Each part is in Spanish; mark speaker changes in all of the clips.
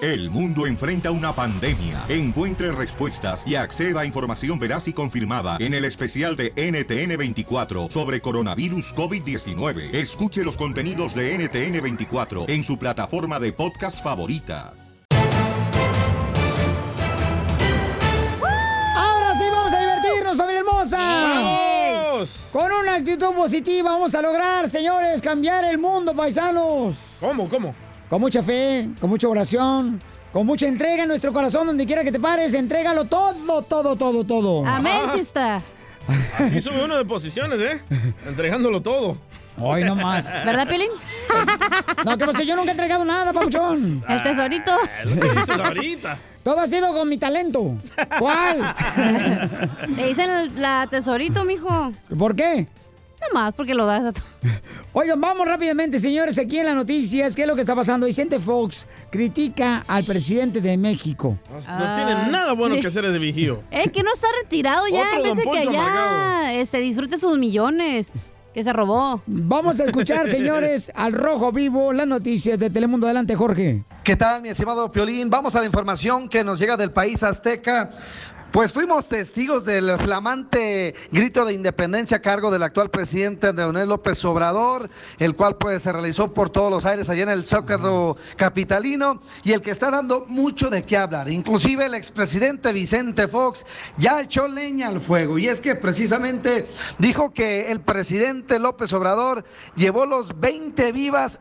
Speaker 1: El mundo enfrenta una pandemia. Encuentre respuestas y acceda a información veraz y confirmada en el especial de NTN24 sobre coronavirus COVID-19. Escuche los contenidos de NTN24 en su plataforma de podcast favorita.
Speaker 2: Ahora sí vamos a divertirnos, familia hermosa. Con una actitud positiva vamos a lograr, señores, cambiar el mundo, paisanos. ¿Cómo? ¿Cómo? Con mucha fe, con mucha oración, con mucha entrega en nuestro corazón, donde quiera que te pares, entrégalo todo, todo, todo, todo.
Speaker 3: Amén,
Speaker 4: Ah.
Speaker 2: sister.
Speaker 4: Así sube uno de posiciones, ¿eh? Entregándolo todo.
Speaker 2: Hoy no más.
Speaker 3: ¿Verdad, Pelín?
Speaker 2: No, ¿qué pasó? Yo nunca he entregado nada, papuchón.
Speaker 3: El tesorito.
Speaker 4: Ah, Es lo que dices ahorita.
Speaker 2: Todo ha sido con mi talento. ¿Cuál?
Speaker 3: Le dicen el- la tesorito, mijo. No
Speaker 2: ¿Por qué?
Speaker 3: más, porque lo das a todo.
Speaker 2: Oigan, vamos rápidamente, señores, aquí en las noticias, ¿qué es lo que está pasando? Vicente Fox critica al presidente de México. Ah.
Speaker 4: No tiene nada bueno que hacer ese vigío.
Speaker 3: Eh, que no está retirado ya,
Speaker 4: Otro
Speaker 3: en vez
Speaker 4: Don
Speaker 3: de que
Speaker 4: Poncho
Speaker 3: allá
Speaker 4: amargado.
Speaker 3: este, disfrute sus millones que se robó.
Speaker 2: Vamos a escuchar, señores, al rojo vivo las noticias de Telemundo. Adelante, Jorge.
Speaker 5: ¿Qué tal, mi estimado Piolín? Vamos a la información que nos llega del país azteca. Pues fuimos testigos del flamante grito de independencia a cargo del actual presidente Leonel López Obrador, el cual pues se realizó por todos los aires allá en el Zócalo capitalino y el que está dando mucho de qué hablar. Inclusive el expresidente Vicente Fox ya echó leña al fuego y es que precisamente dijo que el presidente López Obrador llevó los 20 vivas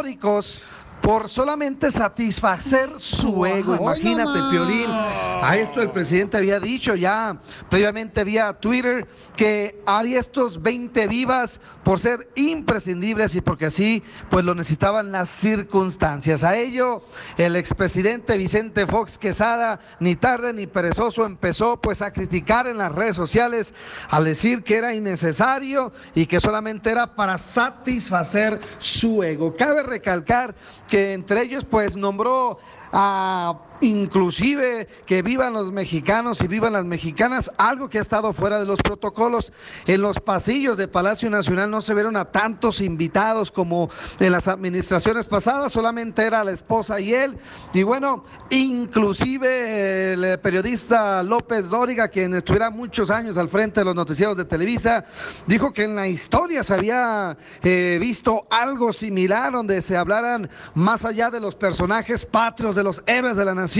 Speaker 5: históricos por solamente satisfacer su ego. Imagínate, Piolín. A esto el presidente había dicho ya previamente vía Twitter que haría estos 20 vivas por ser imprescindibles y porque así pues lo necesitaban las circunstancias. A ello el expresidente Vicente Fox Quesada ni tarde ni perezoso empezó pues a criticar en las redes sociales al decir que era innecesario y que solamente era para satisfacer su ego. Cabe recalcar que entre ellos pues nombró a inclusive que vivan los mexicanos y vivan las mexicanas, algo que ha estado fuera de los protocolos. En los pasillos de Palacio Nacional no se vieron a tantos invitados como en las administraciones pasadas, solamente era la esposa y él. Y bueno, inclusive el periodista López Dóriga, quien estuviera muchos años al frente de los noticieros de Televisa, dijo que en la historia se había eh, visto algo similar donde se hablaran más allá de los personajes patrios, de los héroes de la nación,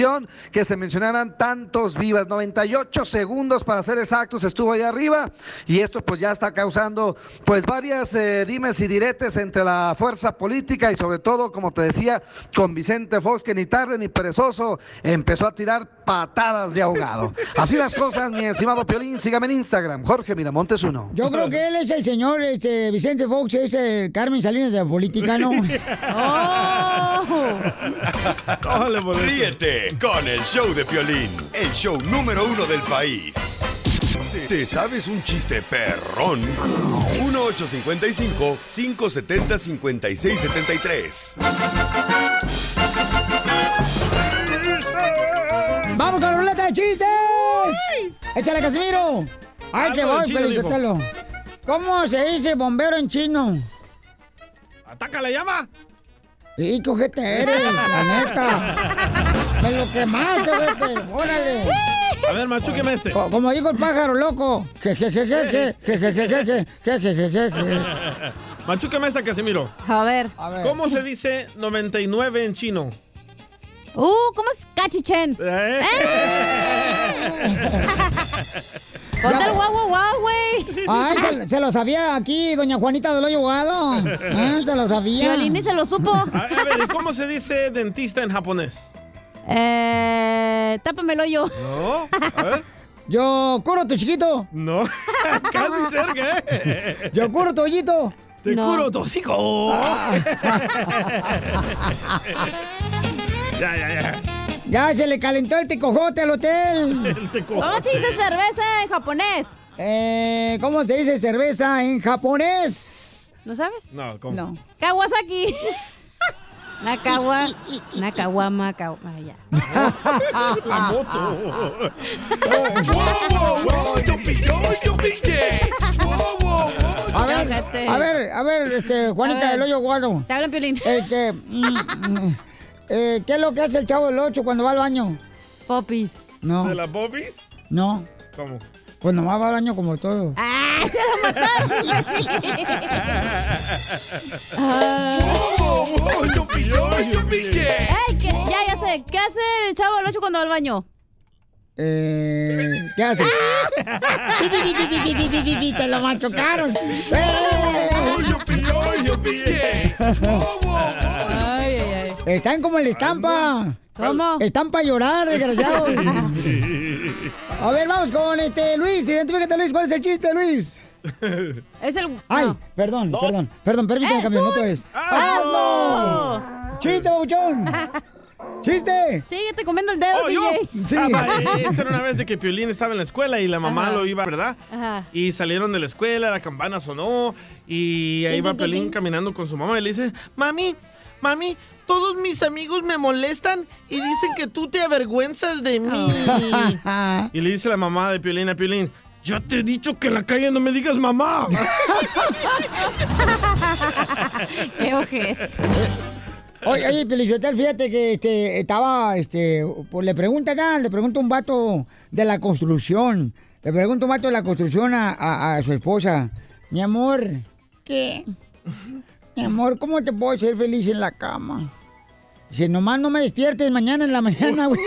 Speaker 5: que se mencionaran tantos vivas. 98 segundos para ser exactos estuvo allá arriba y esto pues ya está causando pues varias eh, dimes y diretes entre la fuerza política y sobre todo, como te decía, con Vicente Fox, que ni tarde ni perezoso empezó a tirar patadas de ahogado. Así las cosas, mi estimado Piolín, sígame en Instagram, Jorge Miramontes uno.
Speaker 2: Yo creo que él es el señor este, Vicente Fox, es el Carmen Salinas de la política, ¿no? Oh,
Speaker 6: Ríete con el show de Piolín, el show número uno del país. ¿Te- ¿Te sabes un chiste perrón? 1855-570-5673.
Speaker 2: ¡Vamos con la ruleta de chistes! ¡Échale, Casimiro! ¡Ay,
Speaker 4: Algo
Speaker 2: te
Speaker 4: de
Speaker 2: voy,
Speaker 4: chino,
Speaker 2: Pelín
Speaker 4: dijo.
Speaker 2: Sotelo. ¿Cómo se dice bombero en chino?
Speaker 4: ¡Ataca la llama!
Speaker 2: ¡Y qué ojete eres, la neta! ¡Me lo quemaste, ojete! ¡Órale!
Speaker 4: A ver, machúqueme este.
Speaker 2: Co- Como dijo el pájaro loco. Je, je, je, je, je, je, je, je, je, je, je, je, je, je, je.
Speaker 4: Machúqueme esta, Casimiro.
Speaker 3: A ver.
Speaker 2: A ver.
Speaker 4: ¿Cómo se dice 99 en chino?
Speaker 3: Uh, ¿cómo es cachichen?
Speaker 4: ¿Eh?
Speaker 3: Ponte el guau, guau, guau, güey.
Speaker 2: Ay, Ah, se, se lo sabía aquí, doña Juanita del Hoyo Hogado. Ah, se lo sabía.
Speaker 3: Violín y se lo supo.
Speaker 4: A, a ver, ¿y ¿cómo se dice dentista en japonés?
Speaker 3: Eh, tápamelo yo.
Speaker 4: No, a ver.
Speaker 2: Yo curo tu chiquito.
Speaker 4: No, casi cerca, ¿eh?
Speaker 2: Yo curo tu hoyito. Ah,
Speaker 4: ¡Te
Speaker 3: No.
Speaker 4: curo, tóxico! ya, ya, ya.
Speaker 2: Ya se le calentó el tecojote al hotel.
Speaker 4: El teco.
Speaker 3: ¿Cómo se dice cerveza en japonés?
Speaker 2: Eh, ¿Cómo se dice cerveza en japonés?
Speaker 3: ¿No sabes?
Speaker 4: No, ¿cómo?
Speaker 2: No.
Speaker 3: Kawasaki. Nakawa. Nakawama. Kaw- ah, ya.
Speaker 4: La moto.
Speaker 2: A ver,
Speaker 3: Cállate.
Speaker 2: a ver, a ver, este, Juanita
Speaker 3: A ver.
Speaker 2: del Hoyo Hogado.
Speaker 3: Te hablan, Piolín.
Speaker 2: Este, mm, mm, eh, ¿qué es lo que hace el chavo del 8 cuando va al baño? Popis. No.
Speaker 4: ¿De las popis?
Speaker 2: No.
Speaker 4: ¿Cómo?
Speaker 2: Pues nomás va al baño como todo.
Speaker 3: ¡Ah! ¡Se lo Ah. ¡Ey! que- Ya, ya sé. ¿Qué hace el chavo del 8 cuando va al baño?
Speaker 2: Eh, ¿Qué hace?
Speaker 3: Ah.
Speaker 2: Pi, pi, pi, pi, pi, pi, pi, pi, pi, ¡Te lo machucaron! Están como el estampa.
Speaker 3: ¿Cómo?
Speaker 2: Están para llorar, desgraciado. A ver, vamos con este Luis. Identifícate, Luis. ¿Cuál es el chiste, Luis?
Speaker 3: Es el.
Speaker 2: Ay, perdón, perdón, perdón, permítame,
Speaker 3: ¡Es
Speaker 2: campeón, no
Speaker 3: un
Speaker 2: te ves.
Speaker 3: Ah. asno!
Speaker 2: ¡Chiste, babuchón! ¡Chiste!
Speaker 3: Sí, yo te comiendo el dedo,
Speaker 4: Oh, yo.
Speaker 3: DJ.
Speaker 2: Sí.
Speaker 4: Ah, va, eh, esta era una vez de que Piolín estaba en la escuela y la mamá
Speaker 3: Ajá.
Speaker 4: lo iba, ¿verdad?
Speaker 3: Ajá.
Speaker 4: Y salieron de la escuela, la campana sonó y ahí
Speaker 3: Tin,
Speaker 4: va
Speaker 3: tin, tin,
Speaker 4: Piolín
Speaker 3: tin.
Speaker 4: caminando con su mamá y le dice, mami, mami, todos mis amigos me molestan y dicen que tú te avergüenzas de mí. y le dice la mamá de Piolín a Piolín, yo te he dicho que en la calle no me digas mamá.
Speaker 3: Qué ojete.
Speaker 2: Oye, oye, Pelichotel, fíjate que este, estaba, este, pues, le pregunta ya, le pregunta un vato de la construcción. Le pregunta un vato de la construcción a, a- a su esposa. Mi amor, ¿qué? Mi amor, ¿cómo te puedo ser feliz en la cama? Dice, nomás no me despiertes mañana en la mañana, güey.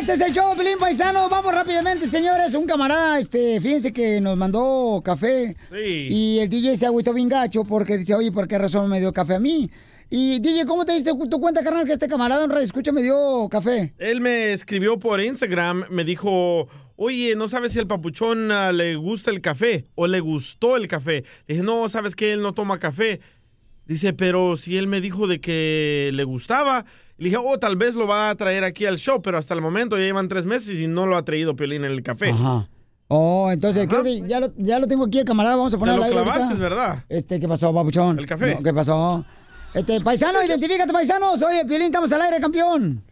Speaker 2: Este es el show, Pelín Paisano. Vamos rápidamente, señores. Un camarada, este, fíjense que nos mandó café.
Speaker 4: Sí.
Speaker 2: Y el DJ se agüitó bien gacho porque dice, oye, ¿por qué razón me dio café a mí? Y DJ, ¿cómo te diste cu- tu cuenta, carnal, que este camarada en Radio Escucha me dio café?
Speaker 4: Él me escribió por Instagram, me dijo, oye, no sabes si el papuchón ah, le gusta el café o le gustó el café. Le dije, no, sabes que él no toma café. Dice, pero si él me dijo de que le gustaba, le dije, oh, tal vez lo va a traer aquí al show, pero hasta el momento ya llevan tres meses y no lo ha traído Piolín el café.
Speaker 2: Ajá. Oh, entonces creo que ya lo, ya lo tengo aquí el camarada. Vamos a
Speaker 4: Te
Speaker 2: ponerlo
Speaker 4: lo
Speaker 2: al aire
Speaker 4: clavaste,
Speaker 2: ahorita.
Speaker 4: ¿verdad?
Speaker 2: Este, ¿qué pasó, papuchón?
Speaker 4: Ah. El café.
Speaker 2: No, ¿Qué pasó? Este, paisano, identifícate, paisanos. Oye, Piolín, estamos al aire, campeón.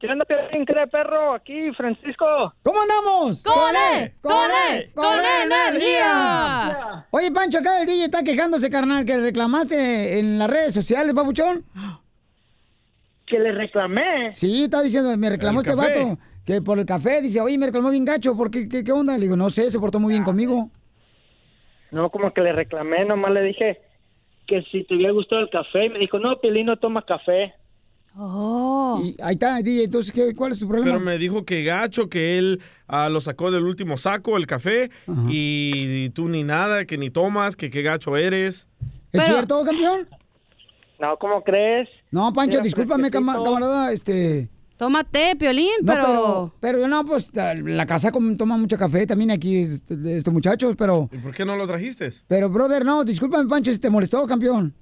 Speaker 7: ¿Qué onda, Piolín? ¿Qué de perro? Aquí, Francisco.
Speaker 2: ¿Cómo andamos? E,
Speaker 3: ¡Corre!
Speaker 2: ¡Corre!
Speaker 3: ¡Corre! ¡Corre
Speaker 2: energía!
Speaker 3: energía!
Speaker 2: Oye, Pancho, acá el DJ está quejándose, carnal, que reclamaste en las redes sociales, papuchón.
Speaker 7: Que le reclamé.
Speaker 2: Sí, está diciendo, me reclamó
Speaker 4: El
Speaker 2: este
Speaker 4: café.
Speaker 2: vato, que por el café, dice, oye, me reclamó bien gacho, ¿por qué, qué, qué onda? Le digo, no sé, se portó muy bien conmigo.
Speaker 7: No, como que le reclamé, nomás le dije que si te hubiera gustado el café. Y me dijo, no, Piolín no toma café.
Speaker 3: Oh.
Speaker 2: Y ahí está, DJ, entonces, ¿qué, ¿cuál es tu
Speaker 4: Pero
Speaker 2: problema?
Speaker 4: me dijo que gacho, que él ah, lo sacó del último saco, el café, y tú ni nada, que ni tomas, que qué gacho eres.
Speaker 2: ¿Es
Speaker 3: Pero-
Speaker 2: cierto, campeón?
Speaker 7: No, ¿cómo crees?
Speaker 2: No, Pancho,
Speaker 7: Mira,
Speaker 2: discúlpame, cama-
Speaker 7: Francisquito.
Speaker 2: camarada, este...
Speaker 3: Tómate, Piolín,
Speaker 2: No,
Speaker 3: pero...
Speaker 2: pero... Pero yo no, pues, la casa com- toma mucho café también aquí, este- estos muchachos, pero...
Speaker 4: ¿Y por qué no lo trajiste?
Speaker 2: Pero, brother, no, discúlpame, Pancho, si te molestó, campeón.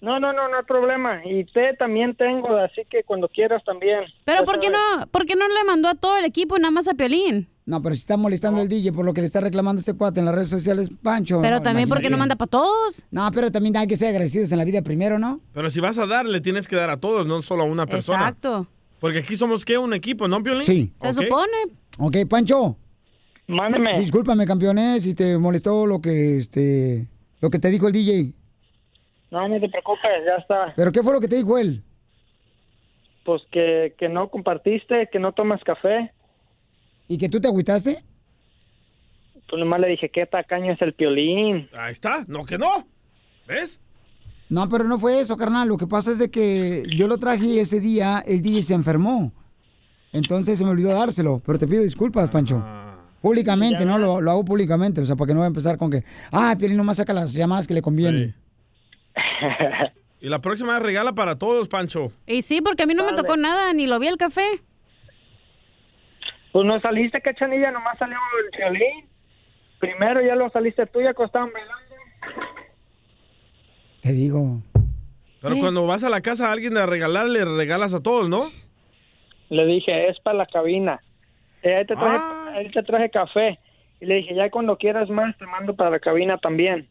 Speaker 7: No, no, no, no hay problema. Y té también tengo, así que cuando quieras también.
Speaker 3: ¿Pero
Speaker 7: Ya
Speaker 3: por qué,
Speaker 7: sabes.
Speaker 3: no, por qué no le mandó a todo el equipo y nada más a Piolín?
Speaker 2: No, pero si está molestando el DJ por lo que le está reclamando este cuate en las redes sociales, Pancho.
Speaker 3: Pero también porque no manda
Speaker 2: imagínate.
Speaker 3: para todos.
Speaker 2: No, pero también hay que ser agradecidos en la vida primero, ¿no?
Speaker 4: Pero si vas a dar, le tienes que dar a todos, no solo a una persona.
Speaker 3: Exacto.
Speaker 4: Porque aquí somos, ¿qué? ¿Un equipo, no, Piolín?
Speaker 2: Sí.
Speaker 3: Se
Speaker 4: Ok.
Speaker 3: supone.
Speaker 2: Ok, Pancho,
Speaker 7: Mándeme.
Speaker 2: discúlpame, campeones, si te molestó lo que, este, lo que te dijo el DJ.
Speaker 7: No, no te preocupes, ya está.
Speaker 2: ¿Pero qué fue lo que te dijo él?
Speaker 7: Pues que, que no compartiste, que no tomas café.
Speaker 2: ¿Y que tú te agüitaste?
Speaker 7: Pues nomás le dije, qué tacaño es el Piolín.
Speaker 4: Ahí está. No, que no. ¿Ves?
Speaker 2: No, pero no fue eso, carnal. Lo que pasa es de que yo lo traje y ese día el DJ se enfermó. Entonces se me olvidó dárselo. Pero te pido disculpas, Pancho. Públicamente, ¿no? Lo, lo hago públicamente. O sea, para que no va a empezar con que... Ah, Piolín nomás saca las llamadas que le convienen.
Speaker 4: Sí. Y la próxima regala para todos, Pancho.
Speaker 3: Y sí, porque a mí no me tocó nada, ni lo vi el café.
Speaker 7: Pues no saliste, cachanilla, nomás salió el Piolín. Primero ya lo saliste tú y acostaban bailando.
Speaker 2: Te digo.
Speaker 4: Pero
Speaker 3: Eh.
Speaker 4: cuando vas a la casa a alguien a regalar, le regalas a todos, ¿no?
Speaker 7: Le dije, es para la cabina. Eh, ahí, te traje,
Speaker 4: Ah.
Speaker 7: ahí te traje café. Y le dije, ya cuando quieras más, te mando para la cabina también.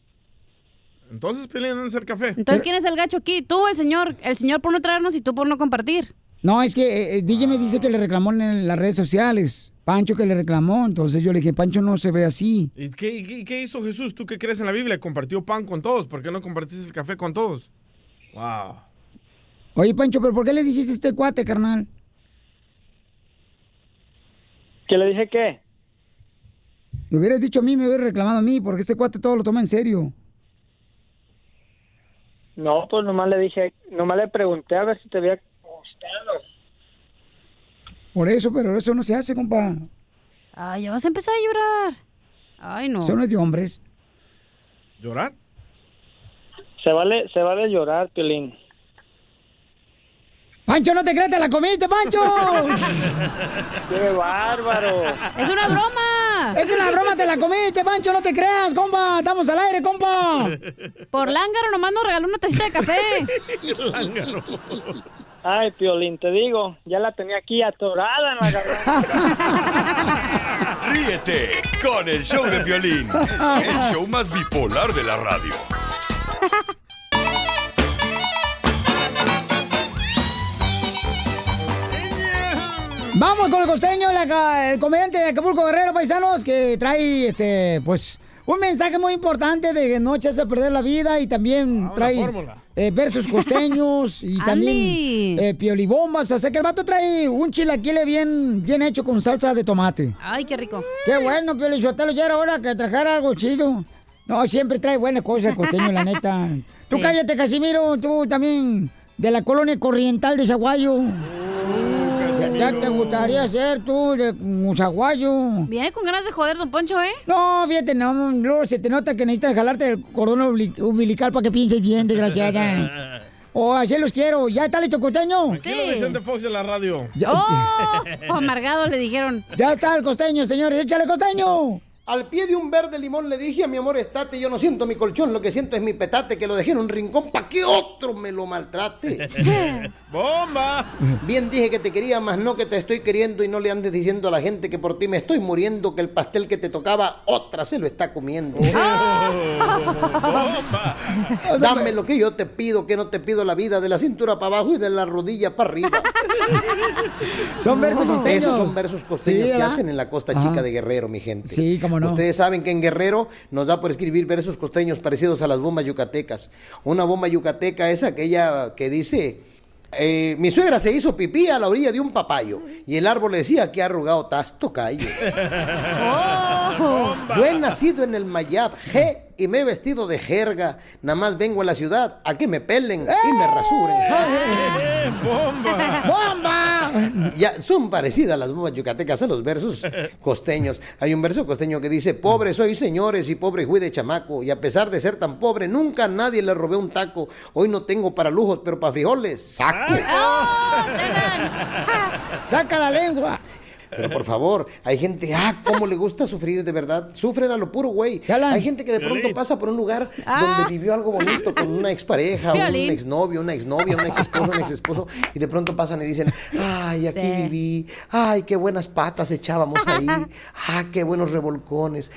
Speaker 4: Entonces, Piolín, ¿dónde es el café?
Speaker 2: Eh,
Speaker 3: Entonces, ¿quién es el gacho aquí? Tú, el señor. El señor por no traernos y tú por no compartir.
Speaker 2: No, es que eh, eh, DJ me dice que le reclamó en las redes sociales. Pancho que le reclamó, entonces yo le dije, Pancho no se ve así.
Speaker 4: ¿Y qué, qué- qué hizo Jesús? ¿Tú qué crees en la Biblia? Compartió pan con todos. ¿Por qué no compartiste el café con todos? Wow.
Speaker 2: Oye, Pancho, ¿pero por qué le dijiste a este cuate, carnal?
Speaker 7: ¿Que le dije qué?
Speaker 2: Me hubieras dicho a mí, me hubieras reclamado a mí, porque este cuate todo lo toma en serio.
Speaker 7: No, pues nomás le dije, nomás le pregunté a ver si te había gustado.
Speaker 2: Por eso, pero eso no se hace, compa.
Speaker 3: Ay, ya vas a empezar a llorar. Ay, no.
Speaker 2: Eso no es de hombres.
Speaker 4: ¿Llorar?
Speaker 7: Se vale, se vale llorar, Piolín.
Speaker 2: ¡Pancho, no te creas, te la comiste, Pancho!
Speaker 7: ¡Qué bárbaro!
Speaker 3: ¡Es una broma!
Speaker 2: ¡Es una broma, te la comiste, Pancho! ¡No te creas, compa! ¡Estamos al aire, compa!
Speaker 3: Por lángaro nomás nos regaló una tacita de café.
Speaker 7: Ay, Piolín, te digo, ya la tenía aquí atorada en la garganta.
Speaker 6: Ríete con el show de Piolín, el show más bipolar de la radio.
Speaker 2: Vamos con el costeño, el, aca- el comediante de Acapulco Guerrero, paisanos, que trae, este, pues, un mensaje muy importante de que no echarse a perder la vida y también trae
Speaker 4: fórmula.
Speaker 2: eh, versos costeños y también eh, piolibombas. O sea que el vato trae un chilaquile bien, bien hecho con salsa de tomate.
Speaker 3: Ay, qué rico.
Speaker 2: Qué bueno, Piolichotelo, ya era hora que trajera algo chido. No, siempre trae buenas cosas el costeño, la neta. Tú
Speaker 3: Sí.
Speaker 2: cállate, Casimiro, tú también, de la colonia corriental de Zaguayo.
Speaker 3: Uh,
Speaker 2: Ya- Ya te gustaría ser tú de Musaguayo.
Speaker 3: Viene con ganas de joder, don Poncho, ¿eh?
Speaker 2: No, fíjate, no, luego se te nota que necesitas jalarte el cordón ubli- umbilical para que pienses bien, desgraciada. O así los quiero. ¿Ya está listo, costeño?
Speaker 4: ¿Qué lo Vicente Fox en la radio?
Speaker 2: Ya-
Speaker 3: amargado le dijeron.
Speaker 2: Ya está el costeño, señores. Échale, costeño.
Speaker 8: Al pie de un verde limón le dije a mi amor, estate, yo no siento mi colchón, lo que siento es mi petate, que lo dejé en un rincón para que otro me lo maltrate.
Speaker 4: ¡Bomba!
Speaker 8: Bien dije que te quería, más no que te estoy queriendo y no le andes diciendo a la gente que por ti me estoy muriendo, que el pastel que te tocaba, otra se lo está comiendo. Dame lo que yo te pido, que no te pido la vida, de la cintura para abajo y de la rodilla para arriba.
Speaker 2: Son versos costeños.
Speaker 8: Esos son versos costeños
Speaker 2: Sí,
Speaker 8: que
Speaker 2: ¿verdad?
Speaker 8: hacen en la costa
Speaker 2: Ajá.
Speaker 8: chica de Guerrero, mi gente.
Speaker 2: Sí, cómo no.
Speaker 8: Ustedes saben que en Guerrero nos da por escribir versos costeños parecidos a las bombas yucatecas. Una bomba yucateca es aquella que dice, eh, mi suegra se hizo pipí a la orilla de un papayo y el árbol le decía que arrugado tas tocayo.
Speaker 3: ¡Oh!
Speaker 8: Yo he nacido en el Mayab, je, y me he vestido de jerga. Nada más vengo a la ciudad a que me pelen y me rasuren. Ja.
Speaker 4: ¡Eh, bomba!
Speaker 2: ¡Bomba!
Speaker 8: Ya son parecidas las bombas yucatecas a los versos costeños. Hay un verso costeño que dice, pobre soy señores y pobre fui de chamaco, y a pesar de ser tan pobre, nunca a nadie le robé un taco. Hoy no tengo para lujos, pero para frijoles, saco.
Speaker 2: ¡Saca la lengua!
Speaker 8: Pero por favor, hay gente, ah, cómo le gusta sufrir de verdad. Sufren a lo puro, güey.
Speaker 2: Jalan.
Speaker 8: Hay gente que de pronto pasa por un lugar donde vivió algo bonito con una expareja, un
Speaker 3: Ah. Violín.
Speaker 8: exnovio, una exnovia, un exesposo, un exesposo, y de pronto pasan y dicen, ay, aquí
Speaker 3: Sí.
Speaker 8: viví, ay, qué buenas patas echábamos ahí, ah, qué buenos revolcones,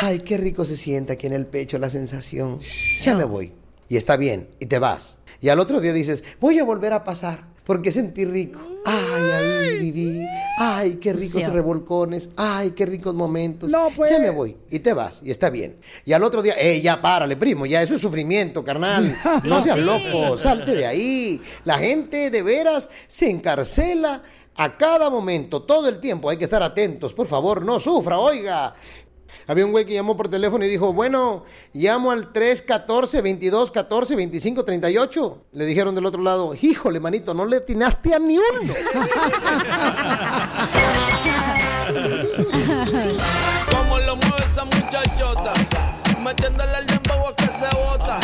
Speaker 8: ay, qué rico se siente aquí en el pecho la sensación. Ya me voy. Y está bien, y te vas. Y al otro día dices, voy a volver a pasar, porque sentí rico. Ay, ahí viví. Ay, qué ricos
Speaker 3: Sí.
Speaker 8: revolcones. Ay, qué ricos momentos.
Speaker 2: No, pues.
Speaker 8: Ya me voy. Y te vas, y está bien. Y al otro día, eh, ya párale, primo, ya eso es sufrimiento, carnal. No seas
Speaker 3: Sí.
Speaker 8: loco, salte de ahí. La gente de veras se encarcela a cada momento, todo el tiempo. Hay que estar atentos, por favor, no sufra, oiga. Había un güey que llamó por teléfono y dijo, bueno, llamo al 314 22 14 25 38. Le dijeron del otro lado, híjole, manito, no le atinaste a ni uno.
Speaker 9: Como lo mueve esa muchachota Metiéndole el dembow a que se bota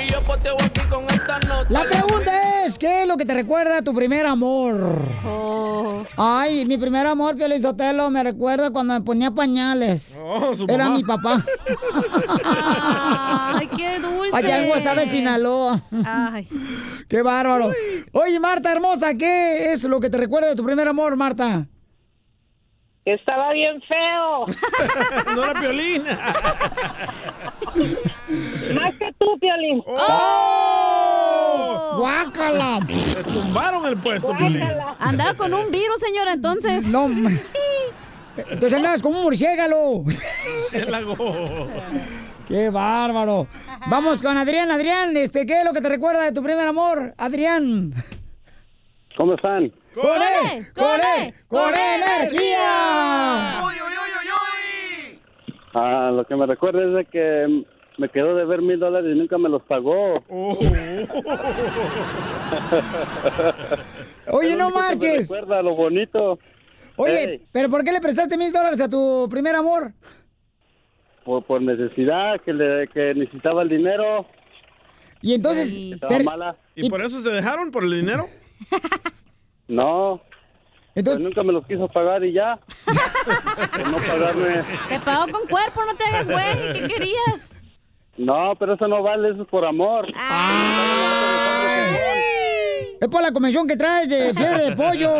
Speaker 9: Y yo poteo aquí con esta nota
Speaker 2: La pregunta es, ¿qué es lo que te recuerda a tu primer amor?
Speaker 3: Oh.
Speaker 2: Ay, mi primer amor, Piolín Sotelo, me recuerda cuando me ponía pañales.
Speaker 4: Oh, su
Speaker 2: Era
Speaker 4: mamá.
Speaker 2: mi papá.
Speaker 3: ¡Ay, qué dulce!
Speaker 2: Allá en Guasave, Sinaloa.
Speaker 3: Ay.
Speaker 2: ¡Qué bárbaro! Oye, Marta hermosa, ¿qué es lo que te recuerda de tu primer amor, Marta?
Speaker 10: Estaba bien feo.
Speaker 4: ¡No era Piolín!
Speaker 10: Más que tú, Piolín.
Speaker 4: ¡Oh! puesto.
Speaker 2: ¡Guácala!
Speaker 4: Le tumbaron el puesto, Piolín.
Speaker 3: Andaba con un virus, señora, entonces.
Speaker 2: No. Entonces andabas como un murciélago. ¡Qué bárbaro! Vamos con Adrián, Adrián, este, ¿qué es lo que te recuerda de tu primer amor, Adrián?
Speaker 11: ¿Cómo están?
Speaker 2: ¡Con él! ¡Con él! ¡Con E energía!
Speaker 11: Ah, lo que me recuerda es de que me quedó de ver mil dólares y nunca me los pagó.
Speaker 2: Oye,
Speaker 11: Es
Speaker 2: no
Speaker 11: lo único que me
Speaker 2: marches.
Speaker 11: Recuerda lo bonito.
Speaker 2: Oye,
Speaker 11: Ey,
Speaker 2: ¿pero por qué le prestaste mil dólares a tu primer amor?
Speaker 11: por, por necesidad, que, le, que necesitaba el dinero.
Speaker 2: Y entonces...
Speaker 11: Estaba
Speaker 2: per-
Speaker 11: mala.
Speaker 4: ¿Y por eso se dejaron? ¿Por el dinero?
Speaker 11: No. Pues
Speaker 2: Entonces...
Speaker 11: nunca me los quiso pagar y ya. Por no pagarme.
Speaker 3: Te pagó con cuerpo, no te hagas güey. ¿Qué querías?
Speaker 11: No, pero eso no vale, eso es por amor.
Speaker 2: Ah. Es por la convención que traes de fiebre de pollo.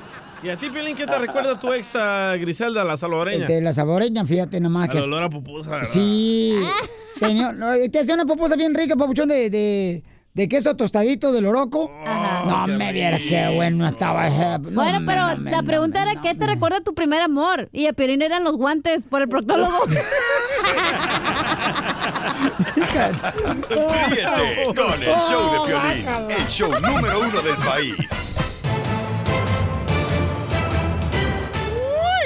Speaker 4: ¿Y a ti, Piolín, qué te recuerda tu ex a Griselda, la salvadoreña?
Speaker 2: De Este, la saboreña, fíjate nomás.
Speaker 4: Al
Speaker 2: Que
Speaker 4: olor a pupusa, ¿verdad?
Speaker 2: Sí. Tenía, no, es que hacía una pupusa bien rica, papuchón, de, de, de queso tostadito del oroco. no me vieras Oh, qué bueno estaba eh, ese. no,
Speaker 3: bueno, pero la pregunta era: ¿qué te recuerda tu primer amor? Y a Piolín eran los guantes por el proctólogo.
Speaker 6: Ríete con el show de Piolín, el show número uno del país.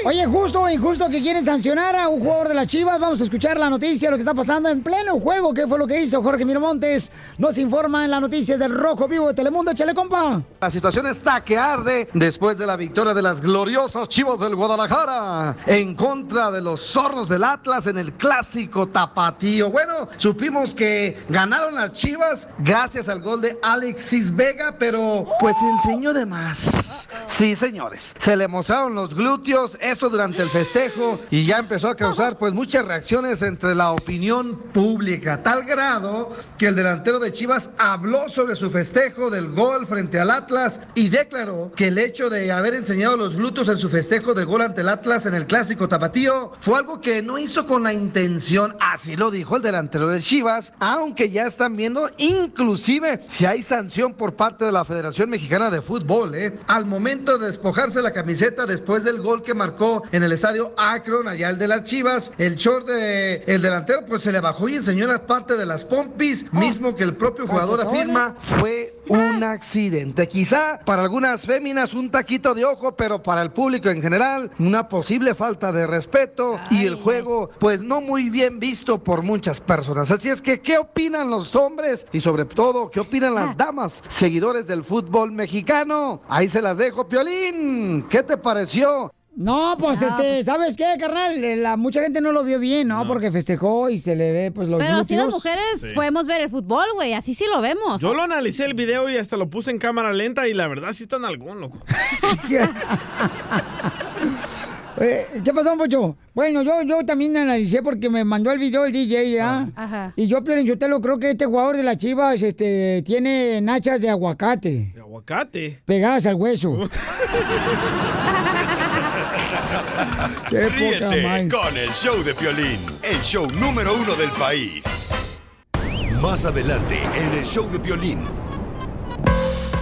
Speaker 2: Oye, justo o injusto que quieren sancionar a un jugador de las Chivas. Vamos a escuchar la noticia, lo que está pasando en pleno juego. ¿Qué fue lo que hizo Jorge Miramontes? Nos informa en las noticias del Rojo Vivo de Telemundo. Échale, compa.
Speaker 5: La situación está que arde después de la victoria de las gloriosas Chivas del Guadalajara en contra de los zorros del Atlas en el clásico tapatío. Bueno, supimos que ganaron las Chivas gracias al gol de Alexis Vega, pero pues enseñó de más. Sí, señores, se le mostraron los glúteos, eso durante el festejo y ya empezó a causar pues muchas reacciones entre la opinión pública, a tal grado que el delantero de Chivas habló sobre su festejo del gol frente al Atlas y declaró que el hecho de haber enseñado los glúteos en su festejo de gol ante el Atlas en el clásico tapatío fue algo que no hizo con la intención, así lo dijo el delantero de Chivas, aunque ya están viendo inclusive si hay sanción por parte de la Federación Mexicana de Fútbol, ¿eh? al momento de despojarse la camiseta después del gol que marcó en el estadio Akron, allá el de las Chivas, el short de el delantero pues se le bajó y enseñó la parte de las pompis, mismo que el propio jugador afirma fue un accidente. Quizá para algunas féminas un taquito de ojo, pero para el público en general una posible falta de respeto y el juego pues no muy bien visto por muchas personas. Así es que, ¿qué opinan los hombres? Y sobre todo, ¿qué opinan las damas, seguidores del fútbol mexicano? Ahí se las dejo, Piolín. ¿Qué te pareció?
Speaker 2: No, pues
Speaker 5: No,
Speaker 2: este,
Speaker 5: pues-
Speaker 2: ¿sabes qué, carnal? Eh, La, mucha gente no lo vio bien, ¿no? Porque festejó y se le ve, pues, los
Speaker 3: Pero así las
Speaker 2: glúteos.
Speaker 3: mujeres podemos ver el fútbol, güey. Así sí lo vemos.
Speaker 4: Yo lo analicé el video y hasta lo puse en cámara lenta y la verdad sí están algún loco.
Speaker 2: Eh, ¿Qué pasó, Pocho? Bueno, yo, yo también analicé porque me mandó el video el DJ, ¿ya?
Speaker 3: Ajá.
Speaker 2: Y yo, Piolín Sotelo, creo que este jugador de las chivas este, tiene nachas de aguacate
Speaker 4: Aguacate.
Speaker 2: pegadas al hueso. Qué poca
Speaker 6: Ríete
Speaker 2: madre.
Speaker 6: con el show de Piolín, el show número uno del país. Más adelante en el show de Piolín.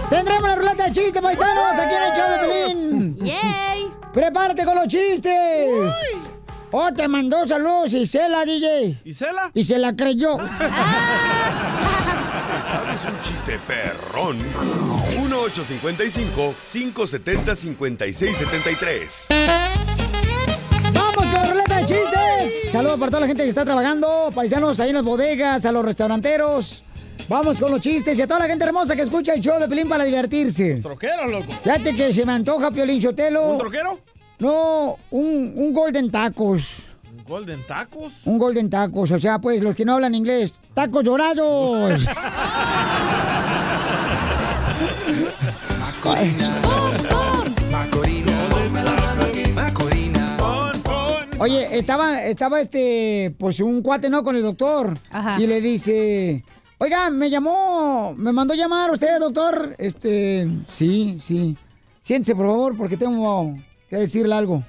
Speaker 2: Tendremos la ruleta de chistes, paisanos, aquí en el show de Pelín.
Speaker 3: ¡Yay!
Speaker 2: ¡Prepárate con los chistes! Oh, te mandó saludos Isela, DJ.
Speaker 4: ¿Isela? Ah.
Speaker 2: Y se la creyó.
Speaker 6: ¿Te sabes un chiste perrón? 1855-570-5673.
Speaker 2: ¡Vamos con la ruleta de chistes! Saludos para toda la gente que está trabajando, paisanos ahí en las bodegas, a los restauranteros. Vamos con los chistes y a toda la gente hermosa que escucha el show de Pelín para divertirse.
Speaker 4: Troqueros, loco.
Speaker 2: Fíjate que se me antoja, Piolín Sotelo.
Speaker 4: ¿Un troquero?
Speaker 2: No, un, un Golden Tacos.
Speaker 4: ¿Un golden tacos?
Speaker 2: Un Golden Tacos, o sea, pues los que no hablan inglés. ¡Tacos llorados! Oye, estaba, estaba este, pues un cuate, ¿no? Con el doctor. Y le dice, oiga, me llamó, me mandó llamar usted, doctor. Este, sí, sí. Siéntese, por favor, porque tengo que decirle algo.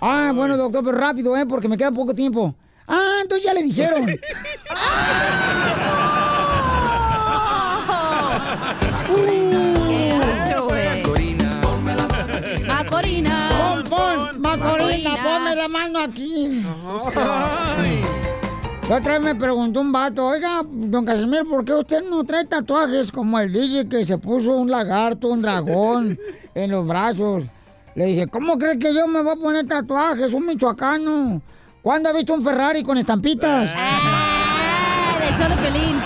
Speaker 2: Ah, bueno, doctor, pero rápido, ¿eh? Porque me queda poco tiempo. Ah, entonces ya le dijeron. Venga, ponme la mano aquí. La otra vez me preguntó un vato, oiga, don Casimiro, ¿por qué usted no trae tatuajes como el DJ que se puso un lagarto, un dragón en los brazos? Le dije, ¿cómo crees que yo me voy a poner tatuajes? Un michoacano. ¿Cuándo ha visto un Ferrari con estampitas?
Speaker 3: Ah, del show de Pelín.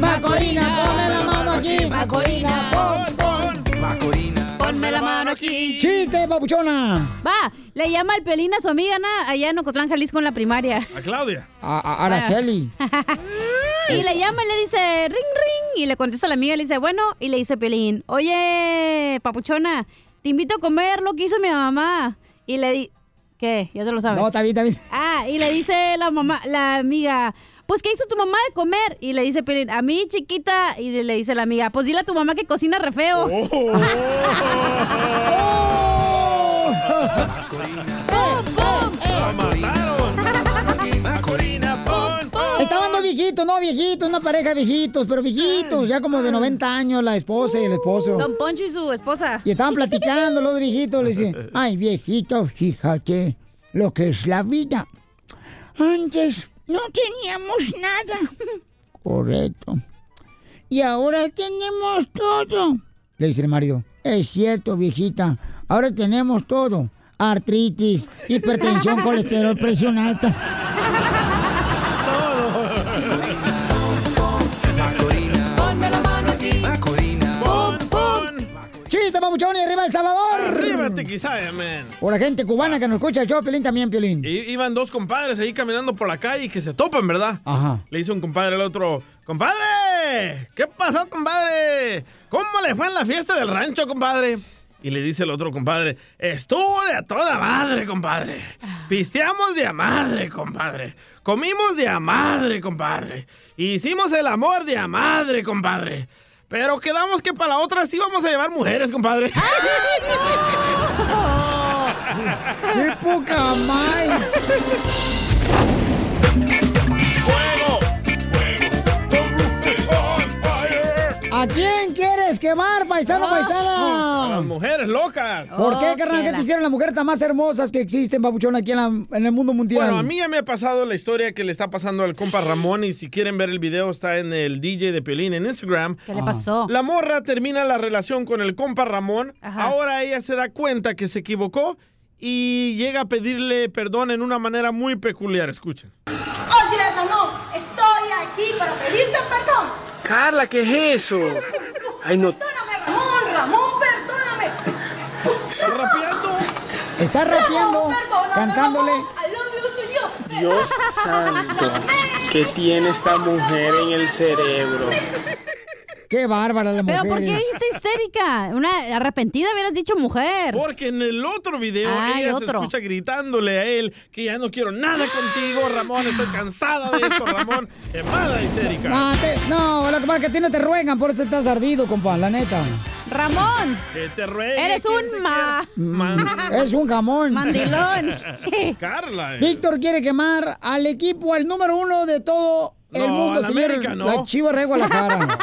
Speaker 2: Macorina, ponme la mano aquí.
Speaker 3: Macorina,
Speaker 2: pon, pon.
Speaker 3: Macorina. Ponme la mano aquí.
Speaker 2: ¡Chiste, papuchona!
Speaker 3: Va, le llama el Pelín a su amiga, Ana, allá en Ocotlán, Jalisco, en la primaria.
Speaker 4: A Claudia.
Speaker 2: A, a Araceli.
Speaker 3: Y le llama y le dice, ring, ring. Y le contesta a la amiga, le dice, bueno. Y le dice Pelín, oye, papuchona, te invito a comer lo que hizo mi mamá. Y le di... ¿Qué? Ya te lo sabes.
Speaker 2: No, está bien, está bien.
Speaker 3: Ah, y le dice la mamá, la amiga, pues, ¿qué hizo tu mamá de comer? Y le dice Pelín, a mí, chiquita. Y le- le dice la amiga, pues, dile a tu mamá que cocina re feo.
Speaker 2: Estaban dos viejitos, no viejitos, una pareja de viejitos, pero viejitos, ya como de 90 años, la esposa y el esposo.
Speaker 3: Don Poncho y su esposa.
Speaker 2: Y estaban platicando los viejitos, le dicen, ay viejito, fíjate lo que es la vida. Antes no teníamos nada. Correcto. Y ahora tenemos todo. Le dice el marido, es cierto viejita, ahora tenemos todo. Artritis, hipertensión, colesterol, presión alta. Chiste, papuchón, y arriba El Salvador.
Speaker 4: Arríbate, Este quizá, eh, man.
Speaker 2: O la gente cubana que nos escucha, yo, Piolín también, Piolín.
Speaker 4: I- iban dos compadres ahí caminando por la calle y que se topan, ¿verdad?
Speaker 2: Ajá.
Speaker 4: Le hizo un compadre al otro, compadre, ¿qué pasó, compadre? ¿Cómo le fue en la fiesta del rancho, compadre? Y le dice el otro compadre, estuvo de a toda madre, compadre. Pisteamos de a madre, compadre. Comimos de a madre, compadre. Hicimos el amor de a madre, compadre. Pero quedamos que para la otra sí vamos a llevar mujeres, compadre.
Speaker 2: ¡Qué poca madre! ¿A quién quieres quemar,
Speaker 4: Oh.
Speaker 2: paisano,
Speaker 4: A las
Speaker 2: paisana?
Speaker 4: mujeres locas.
Speaker 2: ¿Por qué, carnal? ¿Qué te hicieron las mujeres tan más hermosas que existen, papuchón, aquí en, la- en el mundo mundial?
Speaker 4: Bueno, a mí ya me ha pasado la historia que le está pasando al compa Ramón y si quieren ver el video está en el DJ de Piolín en Instagram.
Speaker 3: ¿Qué le pasó?
Speaker 4: La morra termina la relación con el compa Ramón. Ahora ella se da cuenta que se equivocó y llega a pedirle perdón en una manera muy peculiar. Escuchen.
Speaker 12: Oye, Ramón, estoy aquí para pedirte perdón.
Speaker 13: Carla, ¿qué es eso? Ay, no.
Speaker 12: Perdóname, Ramón, Ramón, perdóname.
Speaker 4: rapeando?
Speaker 2: Está rapeando, cantándole.
Speaker 12: I love you to you.
Speaker 13: Dios santo. ¿Qué tiene esta mujer en el cerebro?
Speaker 2: Qué bárbara la
Speaker 3: Pero
Speaker 2: mujer.
Speaker 3: ¿por qué dijiste histérica? Una arrepentida hubieras dicho mujer.
Speaker 4: Porque en el otro video
Speaker 3: Ah, hay
Speaker 4: ella se
Speaker 3: otro.
Speaker 4: escucha gritándole a él que ya no quiero nada contigo, Ramón, estoy cansada de esto, Ramón. Es mala histérica.
Speaker 2: No, te- no, lo que pasa es que a ti no te ruegan, por eso estás ardido, compa, la neta.
Speaker 3: Ramón.
Speaker 4: Que te ruegue.
Speaker 3: Eres un ma.
Speaker 2: Es un jamón.
Speaker 3: Mandilón.
Speaker 4: Carla. eh.
Speaker 2: Víctor quiere quemar al equipo, al número uno de todo el
Speaker 4: No,
Speaker 2: mundo,
Speaker 4: al
Speaker 2: señor.
Speaker 4: América, no.
Speaker 2: La Chiva de Guadalajara.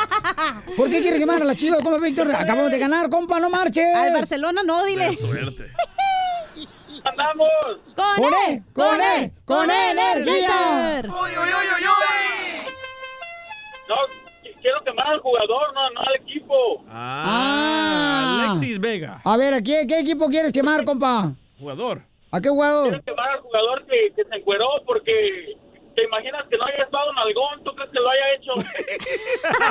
Speaker 2: ¿Por qué quiere quemar a la Chiva? ¿Cómo, Víctor?
Speaker 4: Ah,
Speaker 2: Acabamos de ganar, compa, no marches.
Speaker 3: Al Barcelona no, dile.
Speaker 13: ¡Vamos!
Speaker 2: Con E, con E, con E, energía.
Speaker 13: No, quiero quemar al jugador, no, no al equipo.
Speaker 2: Ah.
Speaker 4: Alexis Vega.
Speaker 2: A ver, ¿a qué, qué equipo quieres quemar, compa?
Speaker 4: Jugador.
Speaker 2: ¿A qué jugador?
Speaker 13: Quemar al jugador que, que se encueró porque te imaginas que no haya estado nalgón, ¿tú crees que lo haya hecho?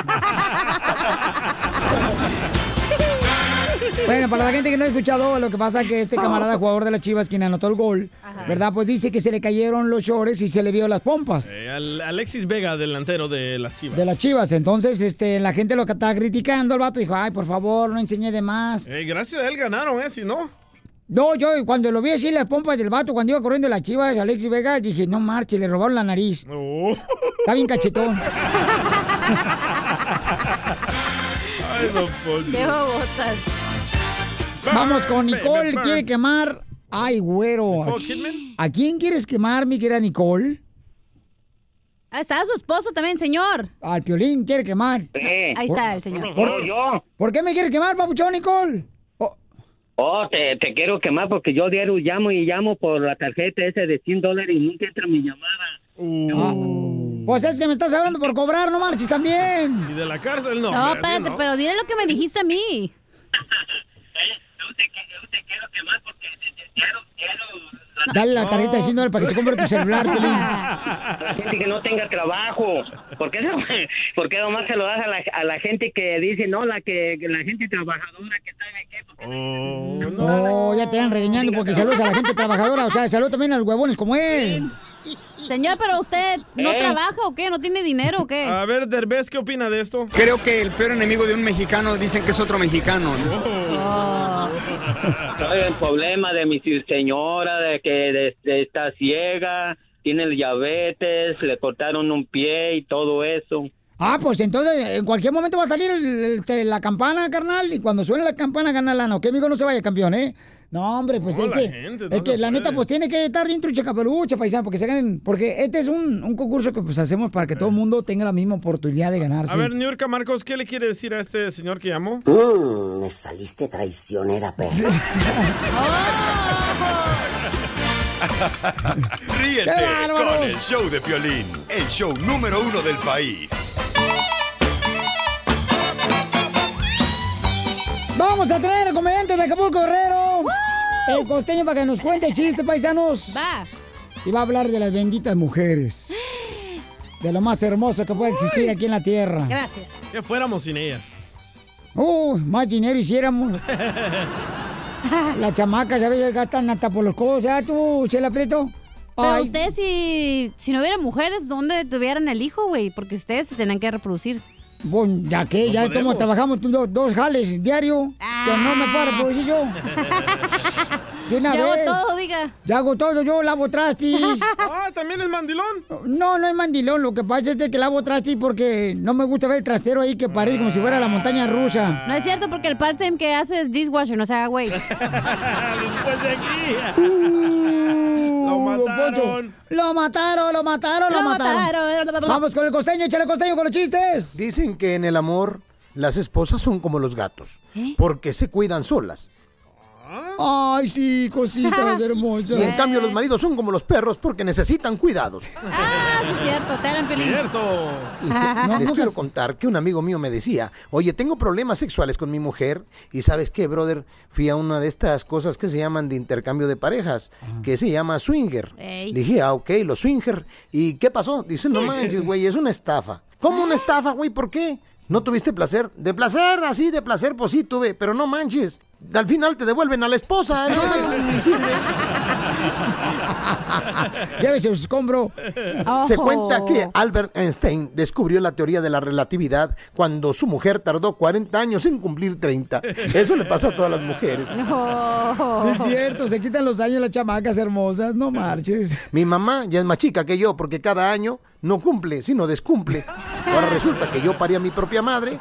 Speaker 2: Bueno, para la gente que no ha escuchado, lo que pasa es que este camarada jugador de las Chivas, quien anotó el gol, ¿verdad? Pues dice que se le cayeron los shorts y se le vio las pompas.
Speaker 4: Eh, al- Alexis Vega, delantero de las Chivas.
Speaker 2: De las chivas. Entonces, este, la gente lo que está criticando al vato dijo, ay, por favor, no enseñé de más.
Speaker 4: Eh, gracias a él ganaron, ¿eh? Si no.
Speaker 2: No, yo cuando lo vi así las pompas del vato, cuando iba corriendo las chivas, Alexis Vega, dije, no marche, le robaron la nariz. Está bien cachetón.
Speaker 4: Ay, don Poncho.
Speaker 3: botas.
Speaker 2: Vamos con
Speaker 4: Baby
Speaker 2: Nicole,
Speaker 4: Bird.
Speaker 2: quiere quemar. Ay, güero.
Speaker 4: Nicole Kidman.
Speaker 2: ¿A quién quieres quemar, mi querida Nicole?
Speaker 3: Ah, Estaba su esposo también, señor.
Speaker 2: Al piolín quiere quemar.
Speaker 3: Ahí está el señor.
Speaker 2: ¿Por, ¿Por qué me quiere quemar, papuchón, Nicole?
Speaker 14: Oh, te, te quiero quemar porque yo diario llamo y llamo por la tarjeta esa de 100 dólares y nunca entra mi llamada.
Speaker 2: Pues es que me estás hablando por cobrar, no marches también.
Speaker 4: Y de la cárcel no.
Speaker 3: No,
Speaker 4: hombre, así
Speaker 3: espérate,
Speaker 4: no.
Speaker 3: pero dile lo que me dijiste a mí.
Speaker 2: Dale la tarjeta de 100 dólares para que se compre tu celular, Pelín.
Speaker 14: La gente que no tenga trabajo. ¿Por qué, no- por qué nomás se lo das a la, a la gente que dice, no, la que la gente trabajadora que
Speaker 2: No, Oh, ya te van regañando porque saludas a la gente trabajadora. O sea, saludos también a los huevones como él.
Speaker 3: Señor, pero usted no
Speaker 4: ¿Eh? Ah.
Speaker 3: trabaja o qué, no tiene dinero o qué.
Speaker 4: A ver, Derbez, ¿qué opina de esto?
Speaker 15: Creo que el peor enemigo de un mexicano dicen que es otro mexicano.
Speaker 16: Ah.
Speaker 14: Soy el problema de mi señora, de que de- de- está ciega, tiene el diabetes, le cortaron un pie y todo eso.
Speaker 2: Ah, pues entonces en cualquier momento va a salir el- el- te- la campana, carnal, y cuando suene la campana gana lana. ¿ok, amigo? No se vaya, campeón, ¿eh? No, hombre, pues
Speaker 4: No,
Speaker 2: es
Speaker 4: la
Speaker 2: que,
Speaker 4: gente,
Speaker 2: es
Speaker 4: no
Speaker 2: que
Speaker 4: se
Speaker 2: la neta, pues tiene que estar bien trucha caperucha, paisano, porque se ganen, porque este es un, un concurso que pues hacemos para que todo el mundo tenga la misma oportunidad de ganarse.
Speaker 4: Eh. A ver, Niurka Marcos, ¿qué le quiere decir a este señor que llamó?
Speaker 17: Mm, me saliste traicionera, perro.
Speaker 6: Ríete
Speaker 17: ¡Qué bárbaro!
Speaker 6: con el show de Piolín, el show número uno del país.
Speaker 2: Vamos a traer al comediante de Acapulco Guerrero, el costeño, para que nos cuente chiste, paisanos.
Speaker 3: Va.
Speaker 2: Y va a hablar de las benditas mujeres. De lo más hermoso que puede existir aquí en la tierra.
Speaker 3: Gracias.
Speaker 4: Que fuéramos sin ellas.
Speaker 2: Uh, más dinero hiciéramos. La chamaca, ya ves, gastan hasta por los codos. Ya tú, Chela Prieto.
Speaker 3: Pero
Speaker 2: Ay,
Speaker 3: ustedes, si, si no hubiera mujeres, ¿dónde tuvieran el hijo, güey? Porque ustedes se tenían que reproducir.
Speaker 2: bueno, ya que, ya como trabajamos tú, dos, dos jales diario.
Speaker 3: Ah.
Speaker 2: Que no me paro, por decir yo. Yo una
Speaker 3: Yo hago
Speaker 2: vez.
Speaker 3: todo, diga.
Speaker 2: Yo hago todo, yo lavo trastes.
Speaker 4: Ah, ¿también es mandilón?
Speaker 2: No, no es mandilón. Lo que pasa es de que lavo trastes porque no me gusta ver el trastero ahí que parece como si fuera la montaña rusa.
Speaker 3: No es cierto, porque el part-time que hace es dishwasher, no se haga, güey.
Speaker 4: Después de aquí.
Speaker 2: Lo
Speaker 4: mataron.
Speaker 2: Uh, Lo mataron, Uh, lo mataron, lo,
Speaker 3: Lo
Speaker 2: mataron.
Speaker 3: mataron.
Speaker 2: Vamos con el costeño, échale costeño con los chistes.
Speaker 8: Dicen que en el amor las esposas son como los gatos, porque se cuidan solas.
Speaker 2: Ay, sí, cositas hermosas.
Speaker 8: Y en cambio los maridos son como los perros porque necesitan cuidados.
Speaker 3: Ah, sí, es cierto, te Ah, dan pelín.
Speaker 4: Cierto.
Speaker 8: Y se- les quiero contar que un amigo mío me decía, oye, tengo problemas sexuales con mi mujer y sabes qué, brother, fui a una de estas cosas que se llaman de intercambio de parejas, que se llama swinger.
Speaker 18: Ey.
Speaker 8: Dije, ah, ok, los swinger. ¿Y qué pasó? Dice, no manches, güey, es una estafa. ¿Cómo una estafa, güey? ¿Por qué? ¿No tuviste placer? De placer, así, de placer, pues sí tuve, pero no manches. Al final te devuelven a la esposa, no manches, ni sirve.
Speaker 2: Llévese su escombro.
Speaker 8: Se
Speaker 2: Ojo.
Speaker 8: cuenta que Albert Einstein descubrió la teoría de la relatividad cuando su mujer tardó 40 años en cumplir 30. Eso le pasa a todas las mujeres.
Speaker 2: Sí, es cierto, se quitan los años las chamacas hermosas, no marches.
Speaker 8: Mi mamá ya es más chica que yo porque cada año no cumple, sino descumple. Ahora resulta que yo parí a mi propia madre.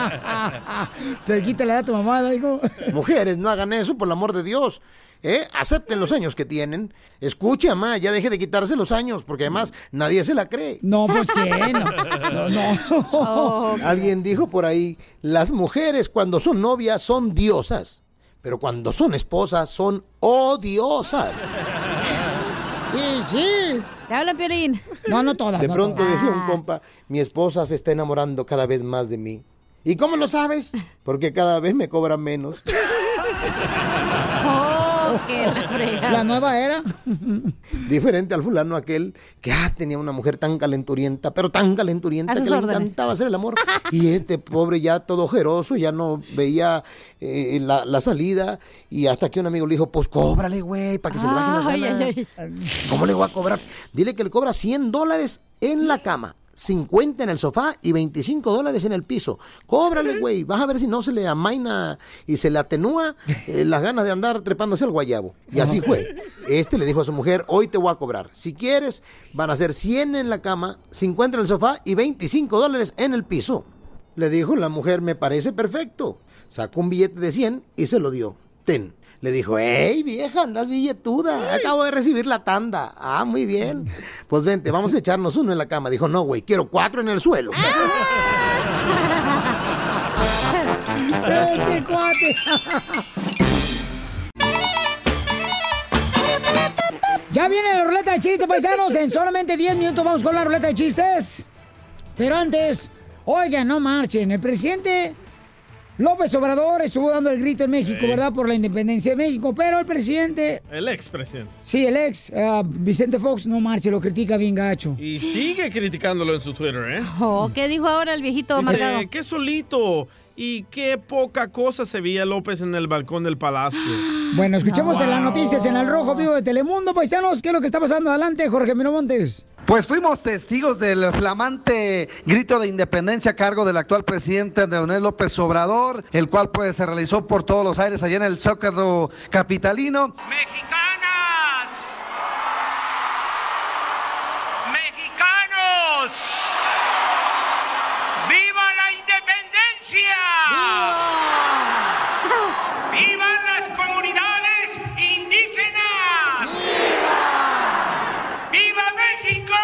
Speaker 2: Se quita la edad a tu mamá, digo.
Speaker 8: Mujeres, no hagan eso, por el amor de Dios. ¿Eh? Acepten los años que tienen. Escuche, mamá, ya deje de quitarse los años, porque además nadie se la cree.
Speaker 2: No, pues qué, no. No, no. Oh,
Speaker 8: Alguien dijo por ahí, las mujeres cuando son novias son diosas, pero cuando son esposas son odiosas.
Speaker 2: Sí, sí.
Speaker 3: Te habla Piolín.
Speaker 2: No, no todas.
Speaker 8: De
Speaker 2: no
Speaker 8: pronto
Speaker 2: todas. Ah,
Speaker 8: decía un compa, mi esposa se está enamorando cada vez más de mí. ¿Y cómo lo sabes? Porque cada vez me cobra menos.
Speaker 3: Oh, qué la fregada.
Speaker 2: La nueva era.
Speaker 8: Diferente al fulano aquel que ah, tenía una mujer tan calenturienta, pero tan calenturienta
Speaker 2: A
Speaker 8: que
Speaker 2: sus
Speaker 8: le
Speaker 2: órdenes.
Speaker 8: encantaba hacer el amor. Y este pobre ya todo ojeroso, ya no veía eh, la, la salida. Y hasta que un amigo le dijo, pues cóbrale, güey, para que se le bajen las
Speaker 18: Ay, ay,
Speaker 8: ganas. ¿Cómo le voy a cobrar? Dile que le cobra 100 dólares en la cama. 50 en el sofá y 25 dólares en el piso. Cóbrale, güey. Vas a ver si no se le amaina y se le atenúa eh, las ganas de andar trepándose al guayabo. Y así fue. Este le dijo a su mujer, hoy te voy a cobrar. Si quieres, van a ser 100 en la cama, 50 en el sofá y 25 dólares en el piso. Le dijo la mujer, me parece perfecto. Sacó un billete de 100 y se lo dio. Ten. Le dijo, hey, vieja, andas billetuda. Acabo de recibir la tanda. Ah, muy bien. Pues vente, vamos a echarnos uno en la cama. Dijo, no, güey, quiero cuatro en el suelo.
Speaker 2: Este cuate. Ya viene la ruleta de chistes, paisanos. En solamente 10 minutos vamos con la ruleta de chistes. Pero antes, oigan, no marchen. El presidente López Obrador estuvo dando el grito en México,
Speaker 4: Sí.
Speaker 2: ¿verdad? Por la independencia de México. Pero el presidente,
Speaker 4: El expresidente.
Speaker 2: sí, el ex ah, Vicente Fox, no marche, lo critica bien gacho.
Speaker 4: Y sigue criticándolo en su Twitter, ¿eh?
Speaker 3: Oh, ¿Qué dijo ahora el viejito
Speaker 4: Dice,
Speaker 3: amargado?
Speaker 4: qué solito y qué poca cosa se veía López en el balcón del palacio.
Speaker 2: Bueno, escuchemos en las
Speaker 4: Wow.
Speaker 2: noticias en el Rojo Vivo de Telemundo, paisanos. ¿Qué es lo que está pasando? Adelante, Jorge Miro Montes.
Speaker 5: Pues fuimos testigos del flamante grito de independencia a cargo del actual presidente Leonel López Obrador, el cual pues se realizó por todos los aires allá en el Zócalo capitalino.
Speaker 18: Mexicanas. Mexicanos. Viva la independencia. Vivan las comunidades indígenas. Viva México.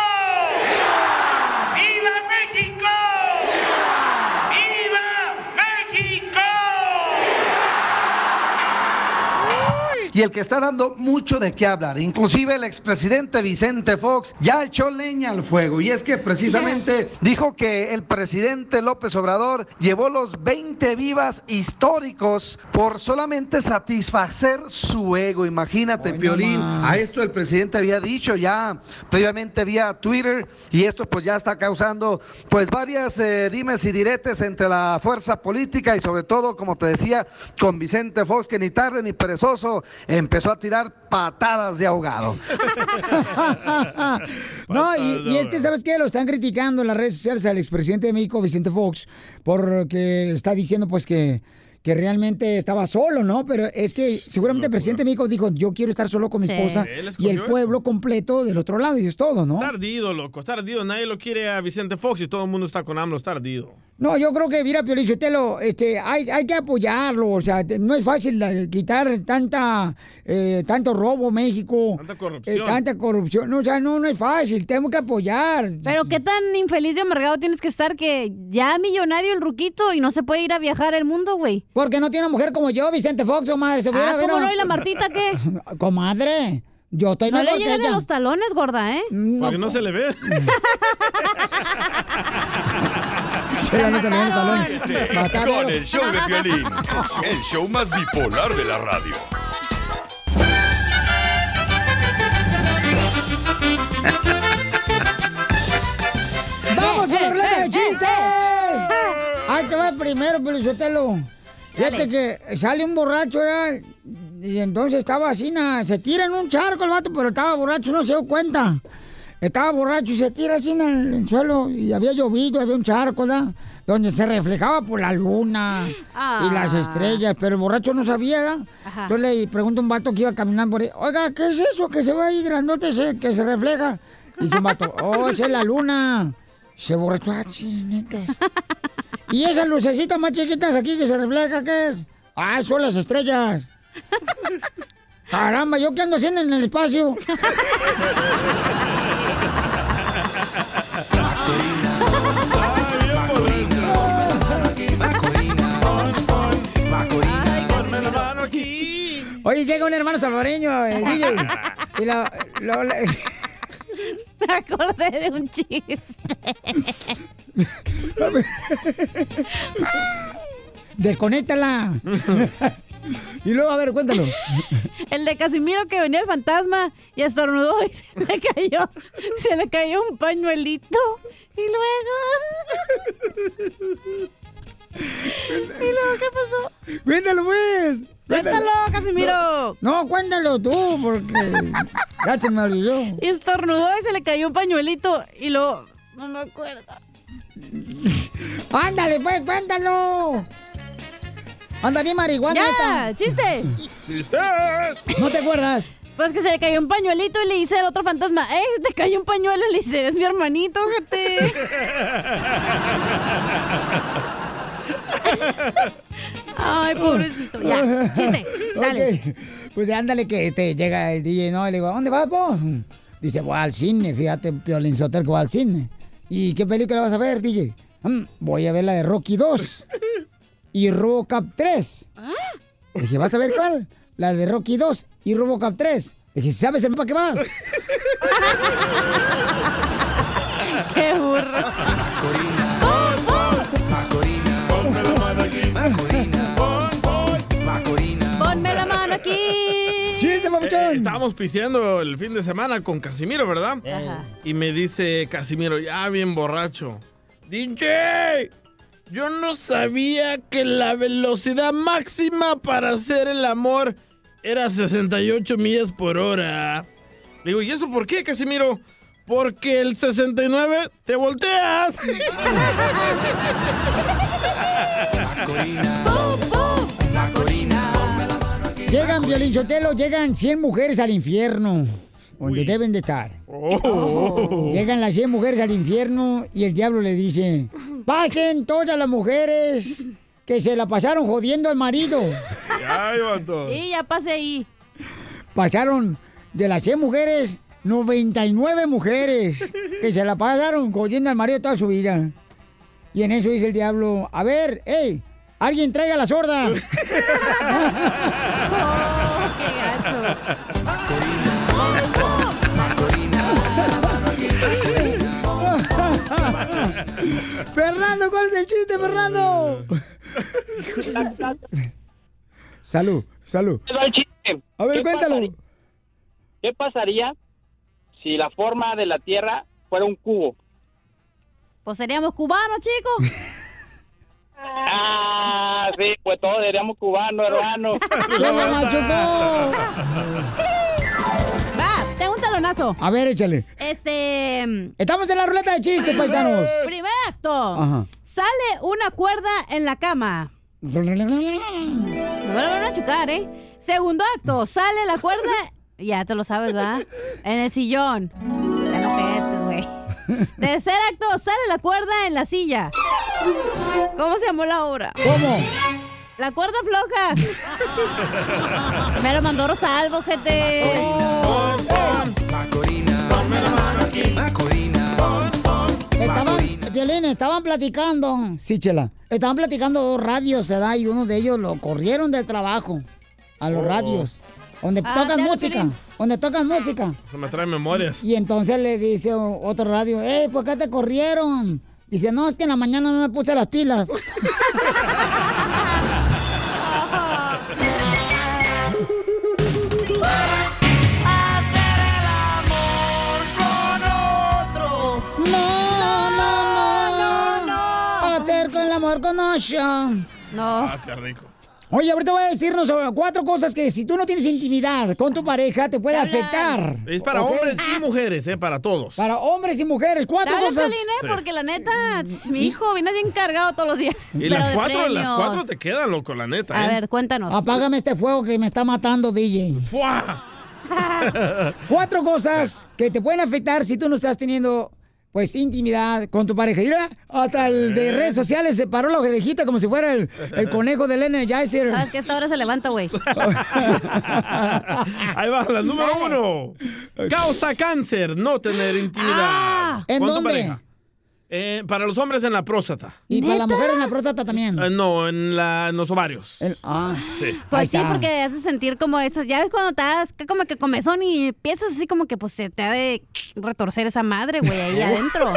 Speaker 18: Viva México. Viva
Speaker 5: y el que está dando mucho de qué hablar. Inclusive el expresidente Vicente Fox ya echó leña al fuego y es que precisamente dijo que el presidente López Obrador llevó los 20 vivas históricos por solamente satisfacer su ego. Imagínate, Piolín, a esto el presidente había dicho ya previamente vía Twitter y esto pues ya está causando pues varias eh, dimes y diretes entre la fuerza política y sobre todo, como te decía, con Vicente Fox que ni tarde ni perezoso empezó a tirar patadas de ahogado.
Speaker 2: no, y, y es que, ¿sabes qué? Lo están criticando en las redes sociales al expresidente de México, Vicente Fox, porque está diciendo, pues, que, que realmente estaba solo, ¿no? Pero es que seguramente el presidente de México dijo, yo quiero estar solo con mi
Speaker 4: Sí.
Speaker 2: esposa
Speaker 4: Él escogió
Speaker 2: y el
Speaker 4: eso.
Speaker 2: pueblo completo del otro lado, y es todo, ¿no?
Speaker 4: Está ardido, loco, está ardido. Nadie lo quiere a Vicente Fox y todo el mundo está con AMLO, está ardido.
Speaker 2: No, yo creo que, mira, Piolín Sotelo, este, hay, hay que apoyarlo, o sea, te- no es fácil eh, quitar tanta, eh, tanto robo México. Tanta
Speaker 4: corrupción.
Speaker 2: tanta corrupción, no, o sea, no, no es fácil, tenemos que apoyar.
Speaker 3: Pero qué tan infeliz y amargado tienes que estar que ya millonario el ruquito y no se puede ir a viajar al mundo, güey.
Speaker 2: Porque no tiene una mujer como yo, Vicente Fox, comadre. se hubiera-
Speaker 3: Ah, ¿cómo
Speaker 2: hubiera-
Speaker 3: no? ¿Y la Martita qué?
Speaker 2: Comadre, yo estoy
Speaker 3: No le
Speaker 2: mejor que
Speaker 3: llegan a
Speaker 2: ella. Mm,
Speaker 3: los talones, gorda, ¿eh?
Speaker 4: Porque no se le ve.
Speaker 2: Chela, no se le ven los talones.
Speaker 6: Ríete
Speaker 2: Mataron.
Speaker 6: con el show de Piolín, el show más bipolar de la radio.
Speaker 2: ¡Vamos con la ruleta de chistes! Ahí te va el primero, Pelizotelo. Fíjate que sale un borracho ya, y entonces estaba así, na, se tira en un charco el vato, pero estaba borracho, no se dio cuenta. Estaba borracho y se tira así en el, en el suelo, y había llovido, había un charco, ¿verdad? Donde se reflejaba por la luna
Speaker 18: Ah.
Speaker 2: y las estrellas, Eh, pero el borracho no sabía, ¿verdad?
Speaker 18: Ajá.
Speaker 2: Entonces le pregunto a un vato que iba caminando por ahí, oiga, ¿qué es eso que se ve ahí grandote, se- que se refleja? Y dice un vato, oh, esa es la luna. Se borrachó, ah, chinetas. Y esas lucecitas más chiquitas aquí que se refleja, ¿qué es? Ah, son las estrellas. Caramba, ¿yo qué ando haciendo en el espacio? Oye, llega un hermano salvadoreño, el DJ. Y la- lo- le-
Speaker 3: Me acordé de un chiste.
Speaker 2: Desconéctala. y luego, a ver, cuéntalo.
Speaker 3: El de Casimiro que venía el fantasma y estornudó y se le cayó, se le cayó un pañuelito. Y luego. ¿Y luego qué pasó?
Speaker 2: Cuéntalo, pues.
Speaker 3: Cuéntalo, Casimiro.
Speaker 2: No, cuéntalo tú, porque ya se me olvidó.
Speaker 3: Y estornudó y se le cayó un pañuelito. Y luego. No me acuerdo.
Speaker 2: Ándale, pues, cuéntalo. Anda bien marihuana.
Speaker 3: ¡Ya! ¡Chiste!
Speaker 2: ¿No te acuerdas?
Speaker 3: Pues que se le cayó un pañuelito y le dice al otro fantasma, ¡eh! se Te cayó un pañuelo y le dice, eres mi hermanito, gente. Ay, pobrecito. Ya, chiste. Dale.
Speaker 2: Ok. Pues ándale que te llega el DJ, ¿no? Y le digo, ¿a dónde vas vos? Dice, voy al cine, fíjate, Piolín Soter que va al cine. ¿Y qué película vas a ver, DJ? "Mm, voy a ver la de Rocky 2. y RoboCop 3.
Speaker 3: Ah.
Speaker 2: Le dije, ¿vas a ver cuál? La de Rocky 2 y RoboCop 3. Le dije, ¿sabes el mapa que vas?
Speaker 18: ¡Qué burro! Macorina, pon, pon. Macorina, ponme la mano aquí. Macorina, pon, pon. Macorina.
Speaker 3: Ponme la mano aquí.
Speaker 2: ¡Chiste,
Speaker 4: Eh, estábamos piseando el fin de semana con Casimiro, ¿verdad?
Speaker 3: Ajá.
Speaker 2: Eh.
Speaker 4: Y me dice Casimiro, ya bien borracho. DJ, yo no sabía que la velocidad máxima para hacer el amor era 68 millas por hora. Le digo, ¿y eso por qué, Casimiro? Porque el 69 te volteas.
Speaker 2: Llegan, Violín Sotelo, llegan 100 mujeres al infierno, donde deben de estar. Llegan las 100 mujeres al infierno y el diablo le dice, pasen todas las mujeres que se la pasaron jodiendo al marido.
Speaker 4: Ay, vato.
Speaker 3: Y ya pasé ahí.
Speaker 2: Pasaron de las 100 mujeres, 99 mujeres que se la pasaron jodiendo al marido toda su vida. Y en eso dice el diablo, a ver, hey, alguien traiga la sorda. Fernando, ¿cuál es el chiste, Fernando? salud, salud. A ver,
Speaker 19: ¿Qué
Speaker 2: cuéntalo.
Speaker 19: pasaría- ¿Qué pasaría si la forma de la Tierra fuera un cubo?
Speaker 3: Pues seríamos cubanos, chicos.
Speaker 19: Ah, sí, pues todos seríamos cubanos, hermano.
Speaker 3: ¡Ya la Va, tengo un talonazo.
Speaker 2: A ver, échale.
Speaker 3: Este.
Speaker 2: Estamos en la ruleta de chistes, paisanos.
Speaker 3: Primer acto.
Speaker 2: Ajá.
Speaker 3: Sale una cuerda en la cama. No me la van a chocar, ¿eh? Segundo acto. Sale la cuerda. Ya te lo sabes, ¿verdad? En el sillón. Ya no petes, güey. Tercer acto. Sale la cuerda en la silla. ¿Cómo se llamó la obra?
Speaker 2: ¿Cómo?
Speaker 3: La cuerda floja. Me lo mandó Rosalvo, gente.
Speaker 2: Estaban, Violín, estaban platicando. Sí, chela. Estaban platicando dos radios, ¿verdad? Y uno de ellos lo corrieron del trabajo a los
Speaker 4: Oh.
Speaker 2: radios. Donde
Speaker 4: Ah,
Speaker 2: tocan
Speaker 4: claro,
Speaker 2: música.
Speaker 4: Piolín.
Speaker 2: Donde tocan música.
Speaker 4: Se me trae memorias.
Speaker 2: Y entonces le dice o- otro radio, hey, ¿por qué te corrieron? Dice, no, es que en la mañana no me puse las pilas.
Speaker 18: Hacer el amor con otro.
Speaker 2: No, no, no, no, Hacer con el amor con Osho. No.
Speaker 4: Ah, qué rico.
Speaker 2: Oye, ahorita voy a decirnos sobre cuatro cosas que si tú no tienes intimidad con tu pareja te puede afectar.
Speaker 4: Es para
Speaker 2: ¿ok?
Speaker 4: hombres y mujeres, ¿eh? Para todos.
Speaker 2: Para hombres y mujeres, cuatro
Speaker 3: Dale,
Speaker 2: cosas.
Speaker 3: Piolín, ¿eh? Porque la neta, tss, mi hijo viene bien cargado todos los días.
Speaker 4: Y
Speaker 3: Pero
Speaker 4: las
Speaker 3: de
Speaker 4: cuatro, las
Speaker 3: premios.
Speaker 4: cuatro te quedan, loco, la neta.
Speaker 3: A
Speaker 4: ¿eh?
Speaker 3: ver, cuéntanos.
Speaker 2: Apágame este fuego que me está matando, DJ. Cuatro cosas que te pueden afectar si tú no estás teniendo, pues, intimidad con tu pareja. Mira, hasta el
Speaker 4: Eh.
Speaker 2: de redes sociales se paró la orejita como si fuera el, el conejo de Lennon Geyser.
Speaker 3: Sabes que a esta hora se levanta, güey.
Speaker 4: Ahí va, la número uno. Causa cáncer, no tener intimidad.
Speaker 3: Ah.
Speaker 2: ¿En
Speaker 4: ¿Con tu
Speaker 2: dónde?
Speaker 4: pareja? Eh, para los hombres en la próstata.
Speaker 2: Y para las mujeres en la próstata también. ah.
Speaker 4: Eh, no, en, la, en los ovarios. Sí.
Speaker 3: Pues sí, porque te hace sentir como esas. Ya ves cuando estás que como que comezón y piensas así como que pues se te ha de retorcer esa madre, güey, ahí adentro.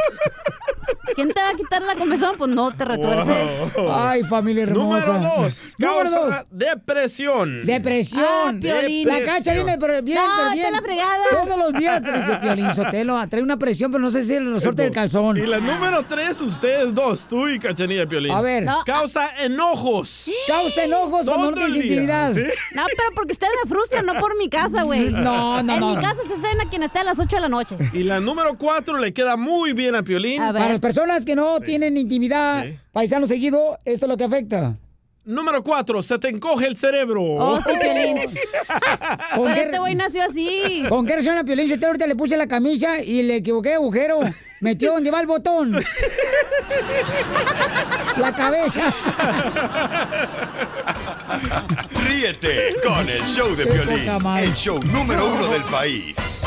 Speaker 3: ¿Quién te va a quitar la comezón? Pues no te retuerces.
Speaker 4: Wow.
Speaker 2: Ay, familia hermosa.
Speaker 4: Número dos.
Speaker 2: Número
Speaker 4: causa
Speaker 2: dos.
Speaker 4: Depresión.
Speaker 2: Depresión. La cacha viene, pero bien,
Speaker 3: No,
Speaker 2: pero
Speaker 3: está
Speaker 2: bien.
Speaker 3: la fregada.
Speaker 2: Todos los días trae ese piolín sotelo. ah, Trae una presión, pero no sé si el resorte del calzón.
Speaker 4: Y la número tres, ustedes dos, tú y Cachanilla Piolín.
Speaker 2: A ver.
Speaker 3: ah.
Speaker 2: No,
Speaker 4: Causa enojos.
Speaker 2: Causa enojos cuando no
Speaker 4: Todo el
Speaker 2: tienes
Speaker 4: día,
Speaker 2: intimidad.
Speaker 4: ¿sí?
Speaker 3: No, pero porque ustedes me frustran, no por mi casa, güey.
Speaker 4: No, no,
Speaker 3: En
Speaker 4: no.
Speaker 3: mi casa se cena quien está a las 8 de la noche.
Speaker 4: Y la número cuatro le queda muy bien a Piolín.
Speaker 2: Para las personas que no tienen intimidad,
Speaker 4: Sí.
Speaker 2: paisano seguido, esto es lo que afecta.
Speaker 4: Número cuatro, se te encoge el cerebro.
Speaker 3: Oh, sí, Piolín.
Speaker 2: ¿Con
Speaker 3: Pero
Speaker 2: qué-
Speaker 3: este güey nació así.
Speaker 2: Con qué razón a Piolín Sotelo ahorita le puse la camisa y le equivoqué agujero. Metió donde va el botón. La cabeza.
Speaker 6: Ríete con el show de
Speaker 18: Qué
Speaker 6: Piolín,
Speaker 18: poca madre.
Speaker 6: el show número uno del país.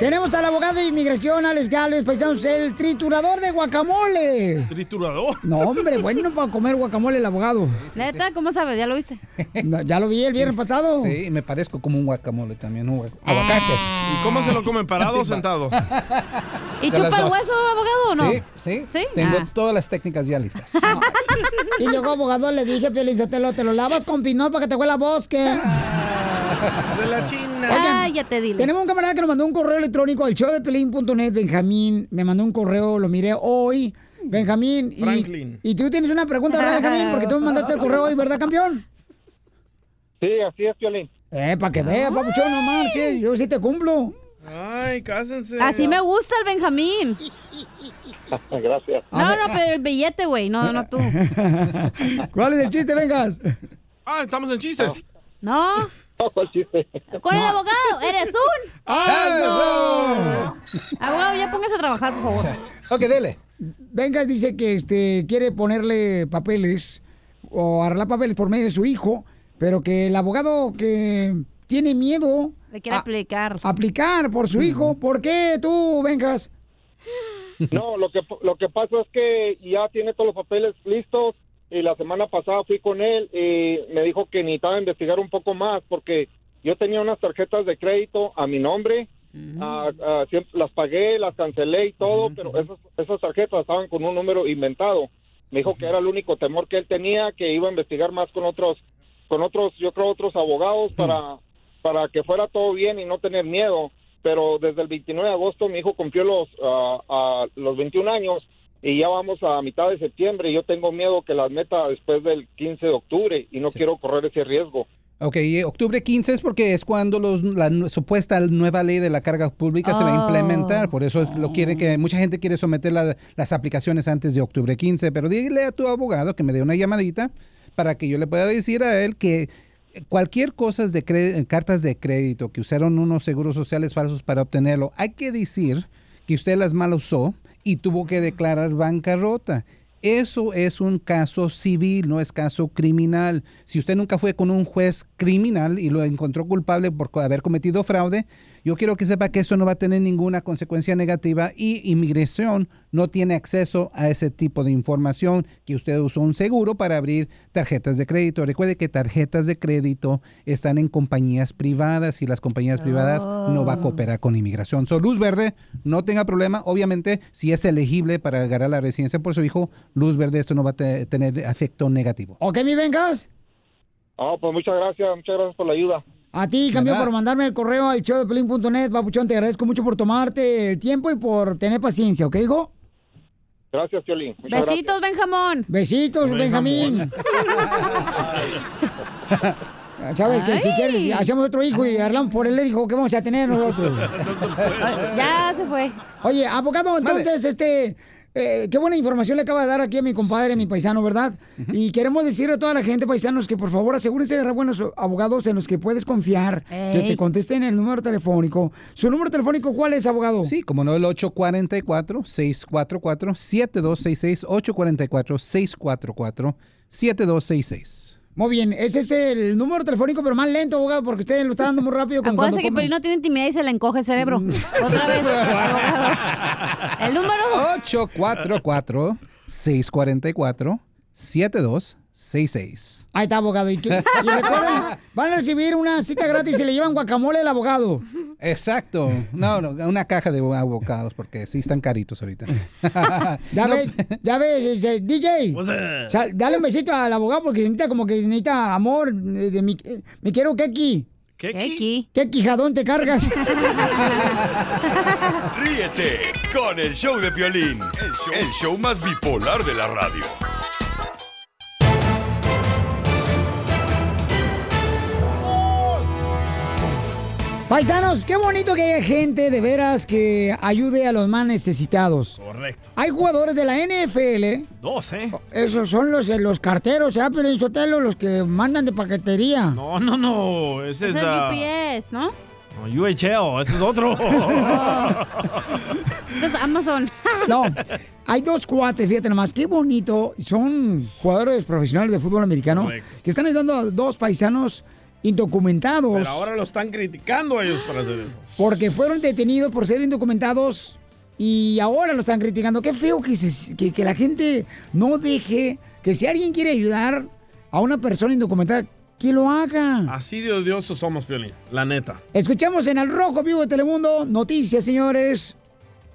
Speaker 2: Tenemos al abogado abogado de inmigración, Alex Galvez, paisanos, el triturador de guacamole.
Speaker 4: ¿Triturador?
Speaker 2: No, hombre, bueno para comer guacamole el abogado.
Speaker 3: Neta, ¿cómo sabes? ¿Ya lo viste?
Speaker 2: No, ya lo vi el viernes pasado.
Speaker 20: Sí, y me parezco como un guacamole también, un
Speaker 3: Ah.
Speaker 20: guac- aguacate.
Speaker 4: ¿Y cómo se lo comen? ¿Parado o sentado?
Speaker 3: ¿Y
Speaker 20: De
Speaker 3: chupa
Speaker 20: las
Speaker 3: el
Speaker 20: dos.
Speaker 3: hueso, abogado, o no?
Speaker 20: Sí, sí.
Speaker 3: ¿Sí?
Speaker 20: Tengo
Speaker 3: Ah.
Speaker 20: todas las técnicas ya listas.
Speaker 2: Y yo como abogado le dije, Piolizotelo, te lo lavas con pinol para que te huela a bosque.
Speaker 4: De la China.
Speaker 2: Oigan, Tenemos un camarada que nos mandó un correo electrónico al show de Benjamín. Me mandó un correo, lo miré hoy. Benjamín. y-
Speaker 18: Franklin.
Speaker 2: Y, tú tienes una pregunta, ¿verdad, Benjamín? Porque tú me mandaste el correo hoy, ¿verdad, campeón?
Speaker 11: Sí, así es, Piolín.
Speaker 2: Eh, para que veas, papuchón, no marches. Yo sí te cumplo.
Speaker 4: Ay, cásense.
Speaker 3: Así me gusta el Benjamín.
Speaker 11: Gracias.
Speaker 3: No, no, pero el billete, güey. No, no tú.
Speaker 2: ¿Cuál es el chiste, Vengas?
Speaker 4: Ah, estamos en chistes.
Speaker 3: No. Con el
Speaker 4: No.
Speaker 3: abogado, eres un.
Speaker 2: ¡Ah,
Speaker 3: Abogado, ya póngase a trabajar, por favor.
Speaker 2: Ok, dele. Vengas dice que este quiere ponerle papeles o arreglar papeles por medio de su hijo, pero que el abogado que tiene miedo
Speaker 3: Le quiere
Speaker 2: a-
Speaker 3: aplicar.
Speaker 2: aplicar por su hijo. ¿Por qué tú, Vengas?
Speaker 11: No, lo que, lo que pasa es que ya tiene todos los papeles listos y la semana pasada fui con él y me dijo que necesitaba investigar un poco más porque yo tenía unas tarjetas de crédito a mi nombre, ah, ah, siempre las pagué, las cancelé y todo, pero esas, esas tarjetas estaban con un número inventado. Me dijo que era el único temor que él tenía, que iba a investigar más con otros, con otros, yo creo otros abogados para para que fuera todo bien y no tener miedo. Pero desde el 29 de agosto mi hijo cumplió los, ah, ah, los 21 años y ya vamos a mitad de septiembre. y Yo tengo miedo que las meta después del 15 de octubre y no quiero correr ese riesgo.
Speaker 20: Ok, y octubre 15 es porque es cuando los- la nu- supuesta nueva ley de la carga pública se va a
Speaker 18: Oh.
Speaker 20: implementar. Por eso es lo quiere
Speaker 3: Oh.
Speaker 20: que mucha gente quiere someter la- las aplicaciones antes de octubre 15. Pero dile a tu abogado que me dé una llamadita para que yo le pueda decir a él que cualquier cosa de cre- eh, cartas de crédito que usaron unos seguros sociales falsos para obtenerlo, hay que decir que usted las mal usó y tuvo que declarar bancarrota. Eso es un caso civil, no es caso criminal. Si usted nunca fue con un juez criminal y lo encontró culpable por co- haber cometido fraude, yo quiero que sepa que eso no va a tener ninguna consecuencia negativa y inmigración no tiene acceso a ese tipo de información que usted usó un seguro para abrir tarjetas de crédito. Recuerde que tarjetas de crédito están en compañías privadas y las compañías privadas no va a cooperar con inmigración. So, luz verde, no tenga problema. Obviamente, si es elegible para agarrar la residencia por su hijo, luz verde, esto no va a te- tener efecto negativo.
Speaker 2: ¿Ok, mi Vengas?
Speaker 11: Ah, pues muchas gracias, muchas gracias por la ayuda.
Speaker 2: A ti, campeón,
Speaker 11: ¿Verdad?
Speaker 2: por mandarme el correo al showdeplin.net. Papuchón, te agradezco mucho por tomarte el tiempo y por tener paciencia, ¿ok, hijo?
Speaker 11: Gracias, Piolín. Muchas gracias.
Speaker 3: Besitos, Benjamón.
Speaker 2: Besitos, Benjamín. Sabes que si
Speaker 3: Ay.
Speaker 2: quieres, hacemos otro hijo y hablamos por él, le dijo, ¿qué vamos a tener nosotros?
Speaker 3: ya se fue.
Speaker 2: Oye, abogado, entonces, este, eh, qué buena información le acaba de dar aquí a mi compadre, a mi paisano, ¿verdad? Y queremos decirle a toda la gente, paisanos, que por favor asegúrense de agarrar buenos abogados en los que puedes confiar, que
Speaker 20: Ey.
Speaker 2: te contesten el número telefónico. ¿Su número telefónico cuál es, abogado?
Speaker 20: Sí, como no, el 844-644-7266, 844-644-7266.
Speaker 2: Muy bien, ese es el número telefónico, pero más lento, abogado, porque usted lo está dando muy rápido. con
Speaker 3: Acuérdense
Speaker 2: cuanto
Speaker 3: que
Speaker 2: come. Mm,
Speaker 3: Pelín no tiene intimidad y se le encoge el cerebro. Otra vez. El número.
Speaker 20: 844-644-7266.
Speaker 2: Ahí está, abogado. Y, que- y recuerden, van a recibir una cita gratis y le llevan guacamole al abogado.
Speaker 20: Exacto. No, no, una caja de abocados porque sí están caritos ahorita.
Speaker 2: Ya ves, ya ves, eh, eh, DJ.
Speaker 20: What's up?
Speaker 2: Sal- dale un besito al abogado porque necesita como que necesita amor. eh, de mi, eh, me quiero Keki.
Speaker 3: Keki.
Speaker 2: ¿Qué quijadón te cargas?
Speaker 6: Ríete con el show de Piolín, el show, el show más bipolar de la radio.
Speaker 2: Paisanos, qué bonito que haya gente de veras que ayude a los más necesitados.
Speaker 4: Correcto.
Speaker 2: Hay jugadores de la NFL.
Speaker 4: Dos, ¿eh?
Speaker 2: Esos son los, eh, los carteros, ¿ah? Pero en Sotelo, los que mandan de paquetería.
Speaker 4: No, no, no. Ese es.
Speaker 3: Es el
Speaker 4: ah,
Speaker 3: UPS, ¿no?
Speaker 4: no, UHL, ese es otro.
Speaker 3: Ese es Amazon.
Speaker 2: No, hay dos cuates, fíjate nomás, qué bonito. Son jugadores profesionales de fútbol americano
Speaker 3: Correcto.
Speaker 2: que están ayudando a dos paisanos indocumentados
Speaker 4: Pero ahora lo están criticando a ellos para hacer eso.
Speaker 2: porque fueron detenidos por ser indocumentados y ahora lo están criticando. Qué feo que, se- que- que la gente no deje que si alguien quiere ayudar a una persona indocumentada, que lo haga.
Speaker 4: Así de odiosos somos, Piolín, la neta.
Speaker 2: Escuchamos en el Rojo Vivo de Telemundo noticias, señores.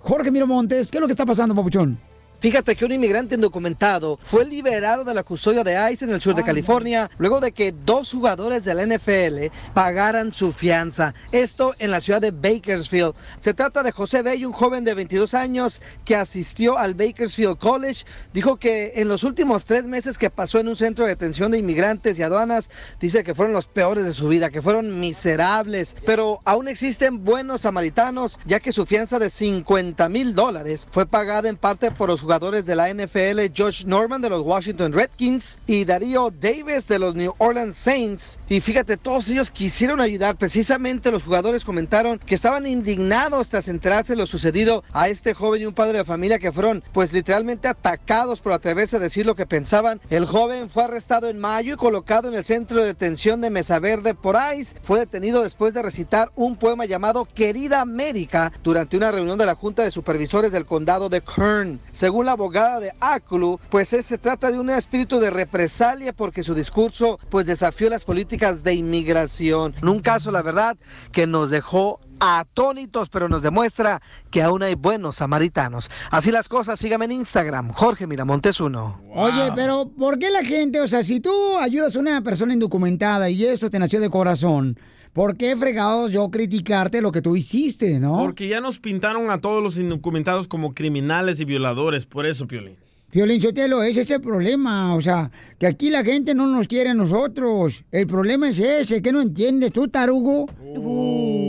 Speaker 2: Jorge Miro Montes, ¿qué es lo que está pasando, papuchón?
Speaker 5: Fíjate que un inmigrante indocumentado fue liberado de la custodia de ICE en el sur de California luego de que dos jugadores de la NFL pagaran su fianza. Esto en la ciudad de Bakersfield. Se trata de José Bell, un joven de 22 años que asistió al Bakersfield College. Dijo que en los últimos tres meses que pasó en un centro de detención de inmigrantes y aduanas, dice que fueron los peores de su vida, que fueron miserables. Pero aún existen buenos samaritanos, ya que su fianza de 50 mil dólares fue pagada en parte por los jugadores de la NFL, Josh Norman de los Washington Redskins y Darío Davis de los New Orleans Saints. Y fíjate, todos ellos quisieron ayudar. Precisamente los jugadores comentaron que estaban indignados tras enterarse de lo sucedido a este joven y un padre de familia que fueron pues literalmente atacados por atreverse a decir lo que pensaban. El joven fue arrestado en mayo y colocado en el centro de detención de Mesa Verde por ICE. Fue detenido después de recitar un poema llamado Querida América durante una reunión de la Junta de Supervisores del Condado de Kern. Según la abogada de Aclu, pues eh, se trata de un espíritu de represalia porque su discurso pues desafió las políticas de inmigración. En un caso, la verdad, que nos dejó atónitos, pero nos demuestra que aún hay buenos samaritanos. Así las cosas, sígame en Instagram, Jorge Miramontes 1.
Speaker 2: Oye, pero ¿por qué la gente, o sea, si tú ayudas a una persona indocumentada y eso te nació de corazón, ¿por qué fregados yo criticarte lo que tú hiciste, no?
Speaker 4: Porque ya nos pintaron a todos los indocumentados como criminales y violadores, por eso, Piolín.
Speaker 2: Violín Sotelo, ese es el problema, o sea, que aquí la gente no nos quiere a nosotros. El problema es ese, que no entiendes tú, tarugo. yo,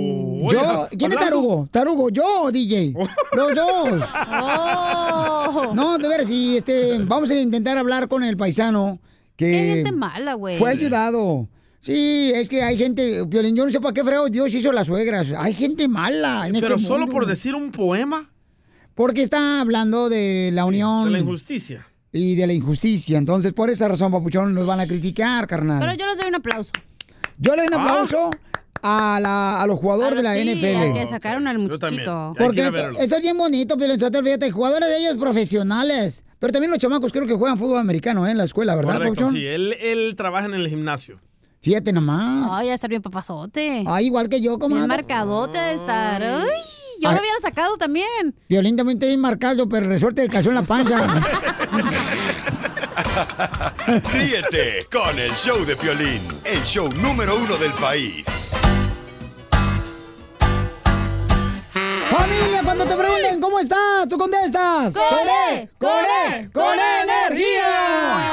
Speaker 18: Oh. oiga,
Speaker 2: ¿quién es
Speaker 18: hablando-
Speaker 2: tarugo? Tarugo, yo, DJ. Los dos.
Speaker 3: Oh.
Speaker 2: No, de ver, si este, vamos a intentar hablar con el paisano que
Speaker 3: Qué gente mala, güey.
Speaker 2: fue ayudado. Sí, es que hay gente, Violín, yo no sé para qué freo Dios hizo las suegras. Hay gente mala en
Speaker 4: Pero
Speaker 2: este
Speaker 4: solo
Speaker 2: mundo.
Speaker 4: por decir un poema.
Speaker 2: Porque está hablando de la unión.
Speaker 4: De la injusticia.
Speaker 2: y de la injusticia. Entonces, por esa razón, papuchón, nos van a criticar, carnal.
Speaker 3: Pero yo les doy un aplauso.
Speaker 2: Yo le doy un
Speaker 4: Ah.
Speaker 2: aplauso a, la- a los jugadores de la
Speaker 3: Ah, Sí,
Speaker 2: NFL.
Speaker 3: a que sacaron al muchachito.
Speaker 2: Porque esto, esto es bien bonito, pero fíjate, jugadores de ellos profesionales. Pero también los chamacos creo que juegan fútbol americano ¿eh? en la escuela, ¿verdad,
Speaker 4: Correcto,
Speaker 2: papuchón?
Speaker 4: sí. Él, él trabaja en el gimnasio.
Speaker 2: Fíjate nomás.
Speaker 3: Ay, ya estar bien papazote.
Speaker 2: Ay, igual que yo, comadre. Ah.
Speaker 3: Bien marcadote de estar. Ay, yo
Speaker 2: Ay.
Speaker 3: lo hubiera sacado también.
Speaker 2: Violín también está bien marcado, pero resuelta el calzón en la panza.
Speaker 6: Ríete con el show de Piolín, el show número uno del país.
Speaker 2: Familia, cuando te pregunten cómo estás, tú contestas.
Speaker 18: ¡Con
Speaker 2: E! ¡Con E! ¡Con E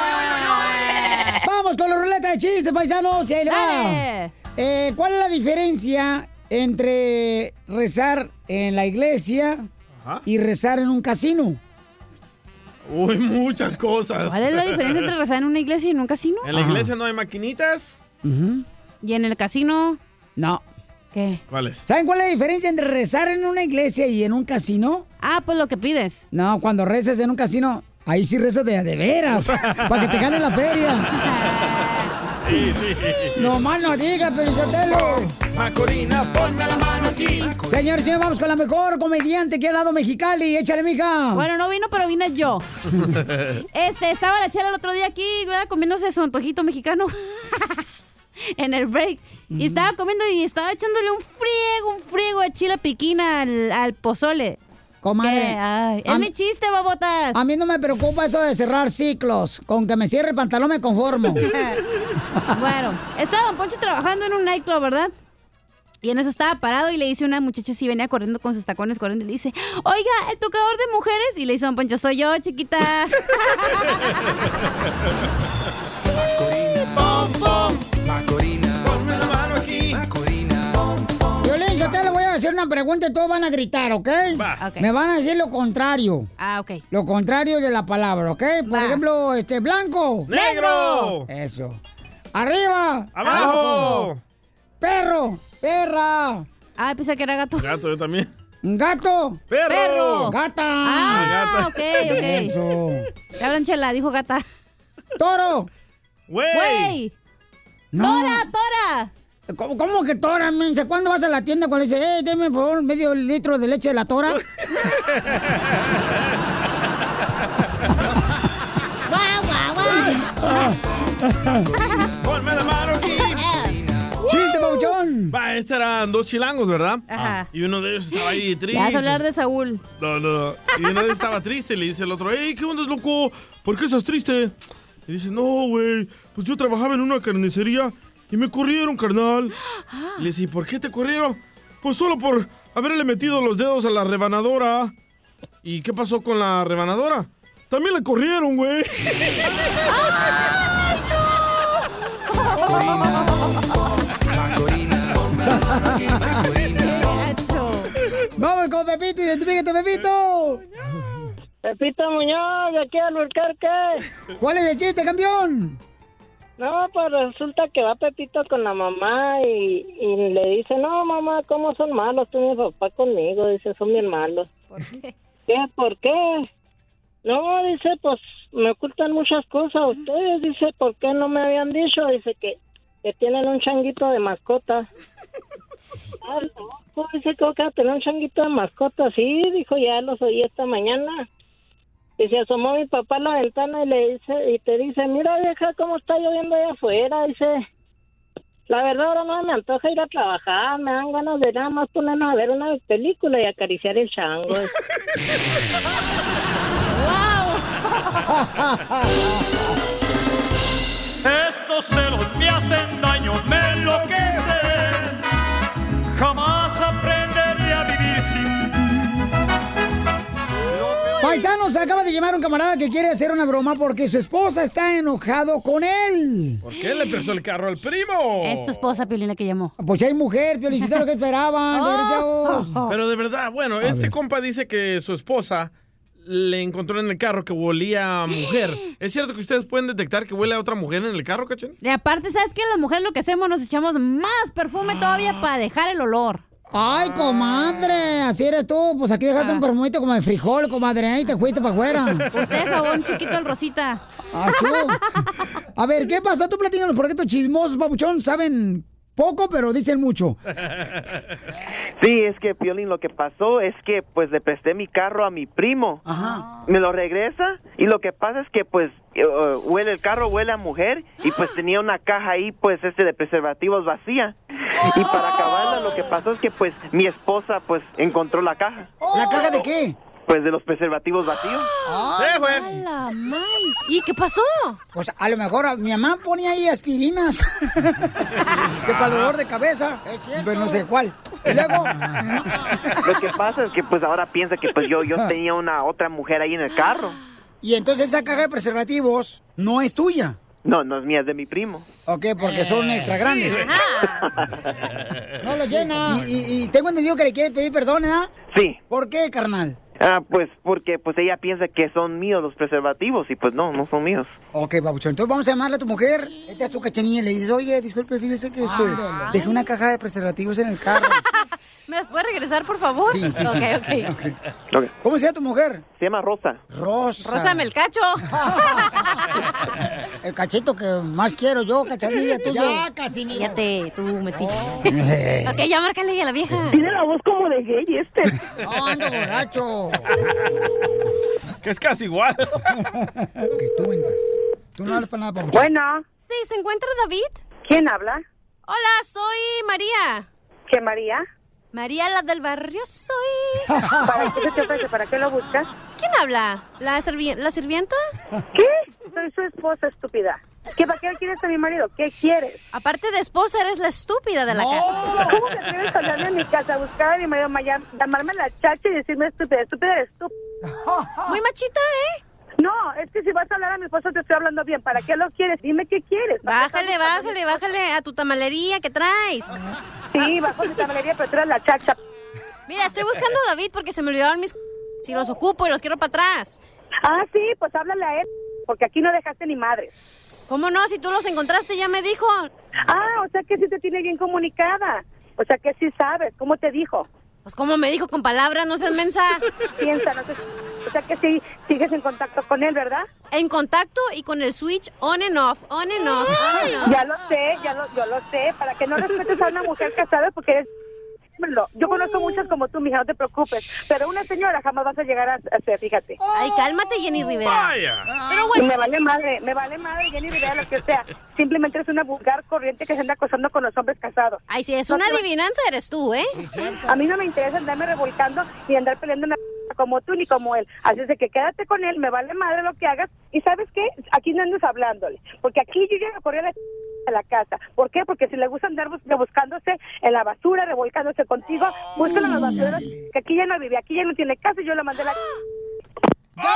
Speaker 2: energía! Vamos con la ruleta de chistes, paisanos. y ahí le va.
Speaker 18: Dale.
Speaker 2: Eh, ¿Cuál es la diferencia entre rezar en la iglesia y rezar en un casino?
Speaker 4: Uy, muchas cosas.
Speaker 3: ¿Cuál es la diferencia entre rezar en una iglesia y en un casino?
Speaker 4: ¿En la iglesia no hay maquinitas?
Speaker 3: ¿Y en el casino?
Speaker 2: No.
Speaker 3: ¿Qué?
Speaker 4: ¿Cuáles?
Speaker 2: ¿Saben cuál es la diferencia entre rezar en una iglesia y en un casino?
Speaker 3: Ah, pues lo que pides.
Speaker 2: No, cuando rezas en un casino, ahí sí rezas de, de veras, para que te gane la feria. No más no digas, Pelizotelo.
Speaker 18: Macorina, ponme la mano aquí.
Speaker 2: Señor, señor, vamos con la mejor comediante que ha dado Mexicali. Échale, mija.
Speaker 3: Bueno, no vino, pero vine yo. Este, estaba la chela el otro día aquí, ¿verdad? Comiéndose su antojito mexicano. en el break. Y estaba comiendo y estaba echándole un friego, un friego de chile piquina al, al pozole.
Speaker 2: Comadre,
Speaker 3: Que, ay,
Speaker 2: a
Speaker 3: es
Speaker 2: mí-
Speaker 3: mi chiste, babotas.
Speaker 2: A mí no me preocupa eso de cerrar ciclos. Con que me cierre el pantalón me conformo.
Speaker 3: bueno, estaba Don Poncho trabajando en un nightclub, ¿verdad? Y en eso estaba parado y le dice una muchacha si venía corriendo con sus tacones corriendo y le dice, oiga, el tocador de mujeres. Y le dice Don Poncho, soy yo, chiquita.
Speaker 18: Pom, pom. Macorina, ponme la mano aquí. Macorina, pom, pom.
Speaker 2: Violín, yo te le voy a hacer una pregunta y todos van a gritar, ¿ok?
Speaker 18: Va. Ok.
Speaker 2: Me van a decir lo contrario.
Speaker 3: Ah, ok.
Speaker 2: Lo contrario de la palabra, ¿ok? Por ejemplo, este, blanco.
Speaker 18: Negro.
Speaker 2: Eso. Arriba.
Speaker 4: ¡Abajo!
Speaker 2: Perro. Perra.
Speaker 3: Ah, pensé que era gato.
Speaker 4: Gato, yo también.
Speaker 2: Gato.
Speaker 4: Perro. Perro.
Speaker 2: Gata.
Speaker 3: Ah, ok, ok.
Speaker 2: Eso.
Speaker 3: Cabrón, chela, dijo gata.
Speaker 2: Toro.
Speaker 4: Güey.
Speaker 3: Güey. ¡Tora, tora!
Speaker 2: ¿Cómo, cómo que tora, mensa? ¿Cuándo vas a la tienda cuando le dices, eh, deme por favor medio litro de leche de la tora?
Speaker 3: ¡Guau, guau, guau!
Speaker 4: Ponme la mano aquí.
Speaker 2: ¡Chiste, pauchón!
Speaker 4: Va, este eran dos chilangos, ¿verdad?
Speaker 3: Ajá.
Speaker 4: Y uno de ellos estaba ahí
Speaker 3: Ya vas a hablar
Speaker 4: triste.
Speaker 3: de Saúl.
Speaker 4: No, no, no. Y uno de ellos estaba triste y le dice el otro, hey, ¿qué onda, loco? ¿Por qué estás triste? Y dice, no, güey, pues yo trabajaba en una carnicería y me corrieron, carnal. Y le dice, "¿Y por qué te corrieron? Pues solo por haberle metido los dedos a la rebanadora. ¿Y qué pasó con la rebanadora? También le corrieron, güey.
Speaker 2: ¡Vamos con Pepito! ¡Identifícate, Pepito!
Speaker 10: Pepito Muñoz, de aquí a Alburquerque.
Speaker 2: ¿Cuál es el chiste, campeón?
Speaker 10: No, pues resulta que va Pepito con la mamá y, y le dice, no, mamá, ¿cómo son malos tú y mi papá conmigo? Dice, son bien malos.
Speaker 3: ¿Por qué?
Speaker 10: ¿Qué? ¿Por qué? No, dice, pues me ocultan muchas cosas a ustedes. Dice, ¿por qué no me habían dicho? Dice que, que tienen un changuito de mascota. Ah, no, pues, dice, ¿cómo que va a tener un changuito de mascota? Sí, dijo, ya los oí esta mañana. Y se asomó mi papá a la ventana y le dice, y te dice, mira vieja, cómo está lloviendo allá afuera. Dice, la verdad ahora no me antoja ir a trabajar, me dan ganas de nada más ponernos a ver una película y acariciar el chango.
Speaker 18: Estos celos me hacen daño, me enloquecen. Jamás aprenderé a vivir sin
Speaker 2: Paisanos, acaba de llamar un camarada que quiere hacer una broma porque su esposa está enojado con él.
Speaker 4: ¿Por qué le prestó el carro al primo?
Speaker 3: Es tu esposa, Piolina, que llamó. Oh.
Speaker 2: Pues hay mujer, Piolín, lo que esperaban. desgraciados.
Speaker 4: Pero de verdad, bueno, este compa dice que su esposa le encontró en el carro que olía a mujer. ¿Es cierto que ustedes pueden detectar que huele a otra mujer en el carro, cachín?
Speaker 3: Y aparte, ¿sabes qué? Las mujeres lo que hacemos, nos echamos más perfume
Speaker 4: Ah.
Speaker 3: todavía para dejar el olor.
Speaker 2: Ay, comadre, así eres tú. Pues aquí dejaste
Speaker 3: Ah.
Speaker 2: un perfumito como de frijol, comadre, ahí te fuiste para afuera.
Speaker 3: Usted jabón chiquito el rosita.
Speaker 2: Achú. Ah, A ver, ¿qué pasó? Tú platícanos, porque estos chismosos, papuchón, saben poco, pero dicen mucho.
Speaker 21: Sí, es que Piolín, lo que pasó es que pues le presté mi carro a mi primo. Me lo regresa y lo que pasa es que pues eh, eh, huele el carro, huele a mujer y pues tenía una caja ahí pues este de preservativos vacía. Y para acabarla lo que pasó es que pues mi esposa pues encontró la caja.
Speaker 2: ¿La caja de qué?
Speaker 21: Pues de los preservativos vacíos.
Speaker 2: ¡Se
Speaker 21: fue.
Speaker 2: ¿Y qué pasó? Pues a lo mejor a- mi mamá ponía ahí aspirinas. que para el dolor de cabeza. Pero no sé cuál. Y luego,
Speaker 21: Lo que pasa es que pues ahora piensa que pues yo yo tenía una otra mujer ahí en el carro.
Speaker 2: y entonces esa caja de preservativos no es tuya.
Speaker 21: No, no es mía, es de mi primo.
Speaker 2: Ok, porque son extra grandes. Ah. No lo llena. Y, y- y tengo entendido que le quieres pedir perdón, ¿verdad?
Speaker 21: Sí.
Speaker 2: ¿Por qué, carnal?
Speaker 21: Ah, pues porque pues ella piensa que son míos los preservativos y pues no, no son míos.
Speaker 2: Ok, babuchón. Entonces vamos a llamarle a tu mujer. Esta es tu cachanilla. Le dices, oye, disculpe, fíjese que este,
Speaker 3: Ah.
Speaker 2: dejé una caja de preservativos en el carro.
Speaker 3: ¿Me las puedes regresar, por favor?
Speaker 2: Sí, sí, sí.
Speaker 3: Ok, ok.
Speaker 2: ¿Cómo se llama tu mujer?
Speaker 21: Se llama Rosa.
Speaker 2: Rosa.
Speaker 3: Rosa Melcacho.
Speaker 2: El cachito que más quiero yo, cachanilla, tú.
Speaker 3: Ya,
Speaker 2: casi,
Speaker 3: Cállate, tú, metiche.
Speaker 2: Eh.
Speaker 3: ok, ya márcale a la vieja.
Speaker 10: Tiene la voz como de gay este.
Speaker 2: No, ando borracho.
Speaker 4: Que es casi igual.
Speaker 2: Tú no hablas para nada, papuchón.
Speaker 10: Bueno.
Speaker 3: Sí, ¿se encuentra David?
Speaker 10: ¿Quién habla?
Speaker 3: Hola, soy María.
Speaker 10: ¿Qué María?
Speaker 3: María, la del barrio soy.
Speaker 10: ¿Para qué se te ofrece? ¿Para qué lo buscas?
Speaker 3: ¿Quién habla? ¿La, servi- la sirvienta?
Speaker 10: ¿Qué? Soy su esposa estúpida. ¿Qué para qué quieres a mi marido? ¿Qué quieres?
Speaker 3: Aparte de esposa, eres la estúpida de la casa.
Speaker 10: ¿Cómo te atreves a hablarme en mi casa, a buscar a mi marido, ma- llam- llamarme la chacha y decirme estúpida, estúpida eres tú?
Speaker 3: Muy machita, ¿eh?
Speaker 10: No, es que si vas a hablar a mi esposo te estoy hablando bien. ¿Para qué lo quieres? Dime qué quieres.
Speaker 3: Bájale, bájale, bájale a tu tamalería que traes.
Speaker 10: Sí, bajo mi tablería, pero tú eres la chacha.
Speaker 3: Mira, estoy buscando a David porque se me olvidaron mis... Si los ocupo y los quiero para atrás.
Speaker 10: Ah, sí, pues háblale a él, porque aquí no dejaste ni madres.
Speaker 3: ¿Cómo no? Si tú los encontraste, ya me dijo.
Speaker 10: Ah, o sea que sí te tiene bien comunicada. O sea que sí sabes. ¿Cómo te dijo?
Speaker 3: Pues como me dijo con palabras, no seas mensa.
Speaker 22: Piensa, no sé. O sea que sí, sigues en contacto con él, ¿verdad?
Speaker 3: En contacto y con el switch on and off, on and off, on and off.
Speaker 22: Ya lo sé, ya lo, yo lo sé. Para que no respetes a una mujer casada porque eres... Dímelo, Yo conozco muchas como tú, mija, no te preocupes. Pero una señora jamás vas a llegar a a ser, fíjate.
Speaker 3: Ay, cálmate, Jenny Rivera.
Speaker 22: Vaya.
Speaker 3: Pero bueno.
Speaker 22: Me vale madre, me vale madre, Jenny Rivera, lo que sea. Simplemente es una vulgar corriente que se anda acosando con los hombres casados.
Speaker 3: Ay, si es una adivinanza, eres tú, ¿eh?
Speaker 22: A mí no me interesa andarme revolcando ni andar peleando una p- como tú ni como él. Así es de que quédate con él, me vale madre lo que hagas. Y ¿sabes qué? Aquí no andes hablándole. Porque aquí yo ya me corrí a la, p- de la casa. ¿Por qué? Porque si le gusta andar bus- rebuscándose en la basura, revolcándose contigo, búscalo en los basureros, que aquí ya no vive, aquí ya no tiene casa y yo lo mandé a la...
Speaker 2: ¡Ya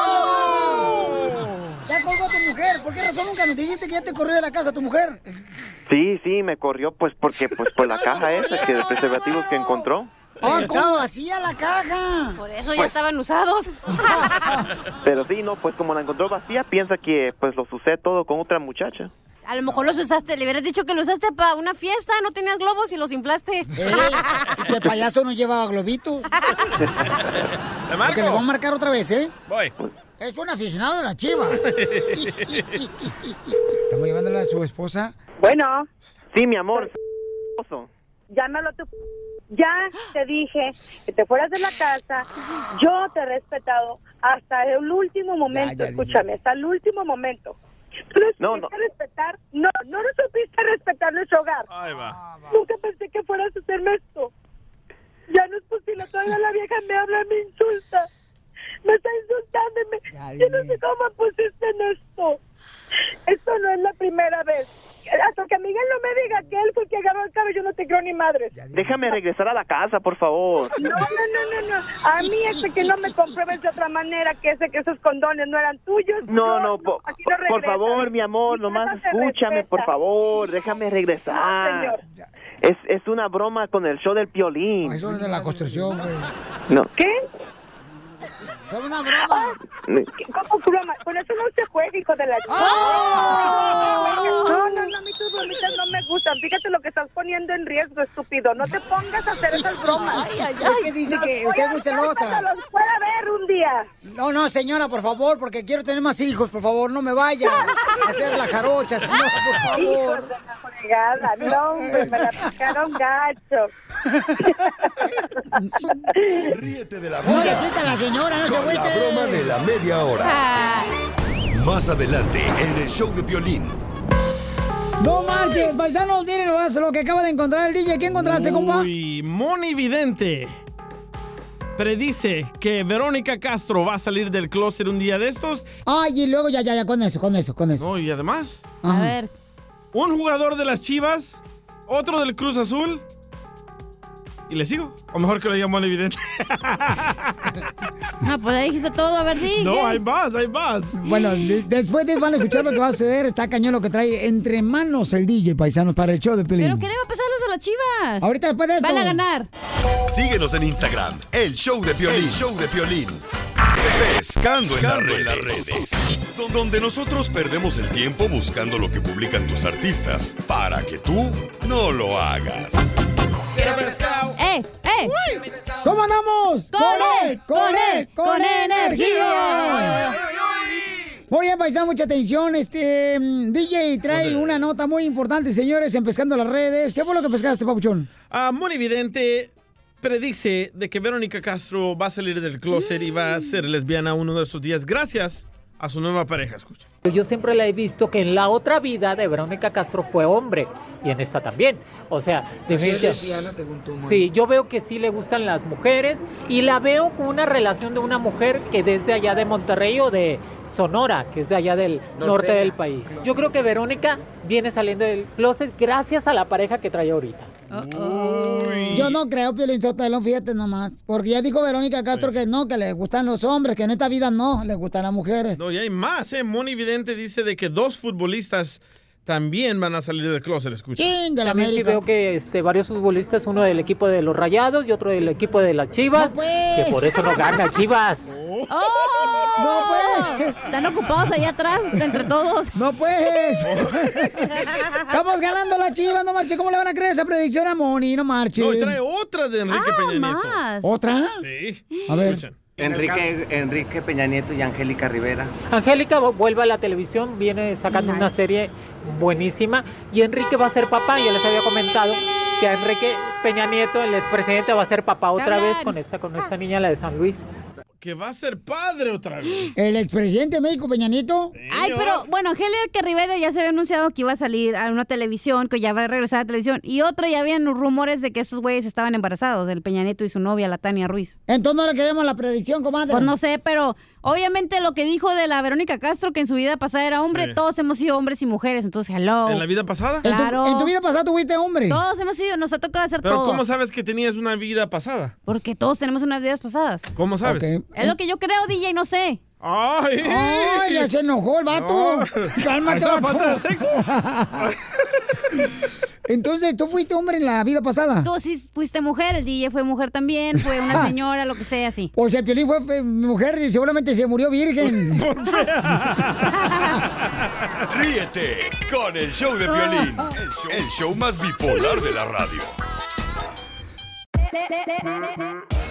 Speaker 2: lo corrió! Ya colgó tu mujer. ¿Por qué razón nunca nos dijiste que ya te corrió de la casa tu mujer?
Speaker 21: Sí, sí, me corrió pues porque pues por la caja esa que de preservativos que encontró.
Speaker 2: ¡Oh, cómo vacía la caja!
Speaker 3: Por eso ya estaban usados.
Speaker 21: Pero sí, no, pues como la encontró vacía, piensa que pues lo sucede todo con otra muchacha.
Speaker 3: A lo mejor los usaste, le hubieras dicho que los usaste para una fiesta, no tenías globos y los inflaste.
Speaker 2: Y que el payaso no llevaba globito.
Speaker 18: ¿Te
Speaker 2: Porque le voy a marcar otra vez, ¿eh?
Speaker 18: Voy.
Speaker 2: Es un aficionado de la chiva. Estamos llevándola a su esposa.
Speaker 22: Bueno.
Speaker 21: Sí, mi amor.
Speaker 22: Llámalo tu... Ya te dije que te fueras de la casa. Yo te he respetado hasta el último momento. escúchame, hasta el último momento. Tú no supiste
Speaker 18: No, no.
Speaker 22: respetar. No, no lo supiste respetar nuestro hogar.
Speaker 18: Ahí Ah, va.
Speaker 22: Nunca pensé que fueras a hacerme esto. Ya no es posible. Todavía la vieja me habla, me insulta. Me está insultando. y me- Yo no sé cómo me pusiste en esto. Esto no es la primera vez. Hasta que Miguel no me diga que él fue el que agarró el cabello, no te creo ni madre.
Speaker 21: Déjame regresar a la casa, por favor.
Speaker 22: No, no, no, no, no. A mí ese que no me compruebes de otra manera que ese que esos condones no eran tuyos.
Speaker 21: No,
Speaker 22: yo
Speaker 21: no, po-
Speaker 22: aquí
Speaker 21: po- por
Speaker 22: regresas.
Speaker 21: favor, mi amor, nomás
Speaker 22: se
Speaker 21: escúchame,
Speaker 22: respeta.
Speaker 21: por favor, déjame regresar. Es, es una broma con el show del piolín.
Speaker 2: Eso es de la construcción, güey.
Speaker 21: No.
Speaker 22: ¿Qué?
Speaker 2: Son una broma.
Speaker 22: ¿Cómo broma? Con eso no se juega, hijo de la chica.
Speaker 2: ¡Ah!
Speaker 22: No, no, no, a mí tus bromitas no me gustan. Fíjate lo que estás poniendo en riesgo, estúpido. No te pongas a hacer esas bromas.
Speaker 2: Ay, ay, ay. Es que dice que usted es muy celosa.
Speaker 22: Los voy a ver un día.
Speaker 2: No, no, señora, por favor, porque quiero tener más hijos, por favor, no me vaya a hacer la jarocha, señora, por favor.
Speaker 22: Fregada, no, hombre, me la picaron gacho.
Speaker 6: Ríete de la
Speaker 2: No le
Speaker 6: vida
Speaker 2: sientan a la señora, no se
Speaker 6: con la
Speaker 2: agüite.
Speaker 6: broma de la media hora.
Speaker 18: Ah.
Speaker 6: Más adelante en el show de Piolín.
Speaker 2: No marches, paisanos, miren nomás lo que acaba de encontrar el DJ. ¿Qué encontraste, compa?
Speaker 4: Uy, Moni Vidente predice que Verónica Castro va a salir del closet un día de estos.
Speaker 2: Ay, y luego ya, ya, ya, con eso, con eso, con eso.
Speaker 4: No, y además,
Speaker 2: Ajá.
Speaker 4: un jugador de las Chivas, otro del Cruz Azul. Y le sigo. O mejor que lo diga Moni Vidente.
Speaker 3: No, pues ahí dijiste todo, a ver, di. ¿qué?
Speaker 4: No, hay más, hay más.
Speaker 2: Bueno, de- después de- van a escuchar lo que va a suceder. Está cañón lo que trae entre manos el DJ, paisanos, para el show de Pelín.
Speaker 3: ¿Pero qué le va a pasar a los de las chivas?
Speaker 2: Ahorita después de esto.
Speaker 3: Van a ganar.
Speaker 6: Síguenos en Instagram, el show de Piolín. El show de Piolín. Pescando en las redes. Do- Donde nosotros perdemos el tiempo buscando lo que publican tus artistas para que tú no lo hagas.
Speaker 3: ¡Eh, eh!
Speaker 2: ¿Cómo andamos?
Speaker 18: ¡Con él, con él, con energía!
Speaker 2: Muy bien, paisano, mucha atención. Este mm, DJ trae una nota muy importante, señores, en Pescando las Redes. ¿Qué fue lo que pescaste, Papuchón?
Speaker 4: Ah, Moni Vidente predice de que Verónica Castro va a salir del closet y va a ser lesbiana uno de esos días gracias a su nueva pareja. Escucha.
Speaker 16: Yo siempre la he visto que en la otra vida de Verónica Castro fue hombre y en esta también. O sea, definitivamente- Sí, yo veo que sí le gustan las mujeres y la veo con una relación de una mujer que desde allá de Monterrey o de Sonora, que es de allá del norte del país. Yo creo que Verónica viene saliendo del closet gracias a la pareja que trae ahorita.
Speaker 2: Yo no creo, Piolín Sotelo, fíjate nomás. Porque ya dijo Verónica Castro que no, que le gustan los hombres, que en esta vida no, le gustan las mujeres.
Speaker 4: No, y hay más, ¿eh? Moni Vidente dice de que dos futbolistas también van a salir del closet. Escucha.
Speaker 16: También sí veo que este, varios futbolistas, uno del equipo de los Rayados y otro del equipo de las Chivas,
Speaker 4: pues.
Speaker 16: que por eso no gana Chivas.
Speaker 3: ¡Oh! No pues. Están ocupados ahí atrás, entre todos.
Speaker 2: No pues. Estamos ganando la chiva, no marches. ¿Cómo le van a creer esa predicción a Moni? No marches.
Speaker 4: No, y trae otra de Enrique
Speaker 2: Ah,
Speaker 4: Peña Nieto.
Speaker 2: más. ¿Otra?
Speaker 4: Sí.
Speaker 2: A ver.
Speaker 4: Escuchen.
Speaker 21: Enrique-
Speaker 19: Enrique Peña Nieto y Angélica Rivera.
Speaker 16: Angélica vu- vuelve a la televisión, viene sacando una serie buenísima y Enrique va a ser papá. Ya les había comentado que a Enrique Peña Nieto, el expresidente, va a ser papá otra vez con esta, con esta niña, la de San Luis.
Speaker 4: Que va a ser padre otra vez.
Speaker 2: El expresidente de México, Peña Nieto.
Speaker 3: Ay, pero bueno, Angélica Rivera ya se había anunciado que iba a salir a una televisión, que ya va a regresar a la televisión. Y otra, ya habían rumores de que esos güeyes estaban embarazados, el Peña Nieto y su novia, la Tania Ruiz.
Speaker 2: Entonces no le queremos la predicción, comadre.
Speaker 3: Pues no sé, pero obviamente lo que dijo de la Verónica Castro, que en su vida pasada era hombre,
Speaker 4: Sí.
Speaker 3: todos hemos sido hombres y mujeres, entonces hello.
Speaker 4: ¿En la vida pasada?
Speaker 3: Claro.
Speaker 2: en tu vida pasada tuviste hombre.
Speaker 3: Todos hemos sido, nos ha tocado hacer
Speaker 4: Pero
Speaker 3: todo.
Speaker 4: ¿cómo sabes que tenías una vida pasada?
Speaker 3: Porque todos tenemos unas vidas pasadas.
Speaker 4: ¿Cómo sabes?
Speaker 3: Es lo que yo creo, DJ, no sé.
Speaker 4: ¡Ay!
Speaker 2: ¡Ay, ya se enojó el vato! ¡Cálmate,
Speaker 4: Esa
Speaker 2: vato!
Speaker 4: falta de sexo.
Speaker 2: Entonces, ¿tú fuiste hombre en la vida pasada?
Speaker 3: Tú sí fuiste mujer, el DJ fue mujer también, fue una señora, lo que sea, así.
Speaker 2: Ah. O sea, el Piolín fue eh, mujer y seguramente se murió virgen.
Speaker 6: Ríete con el show de Piolín, el show, el show más bipolar de la radio.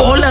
Speaker 7: Hola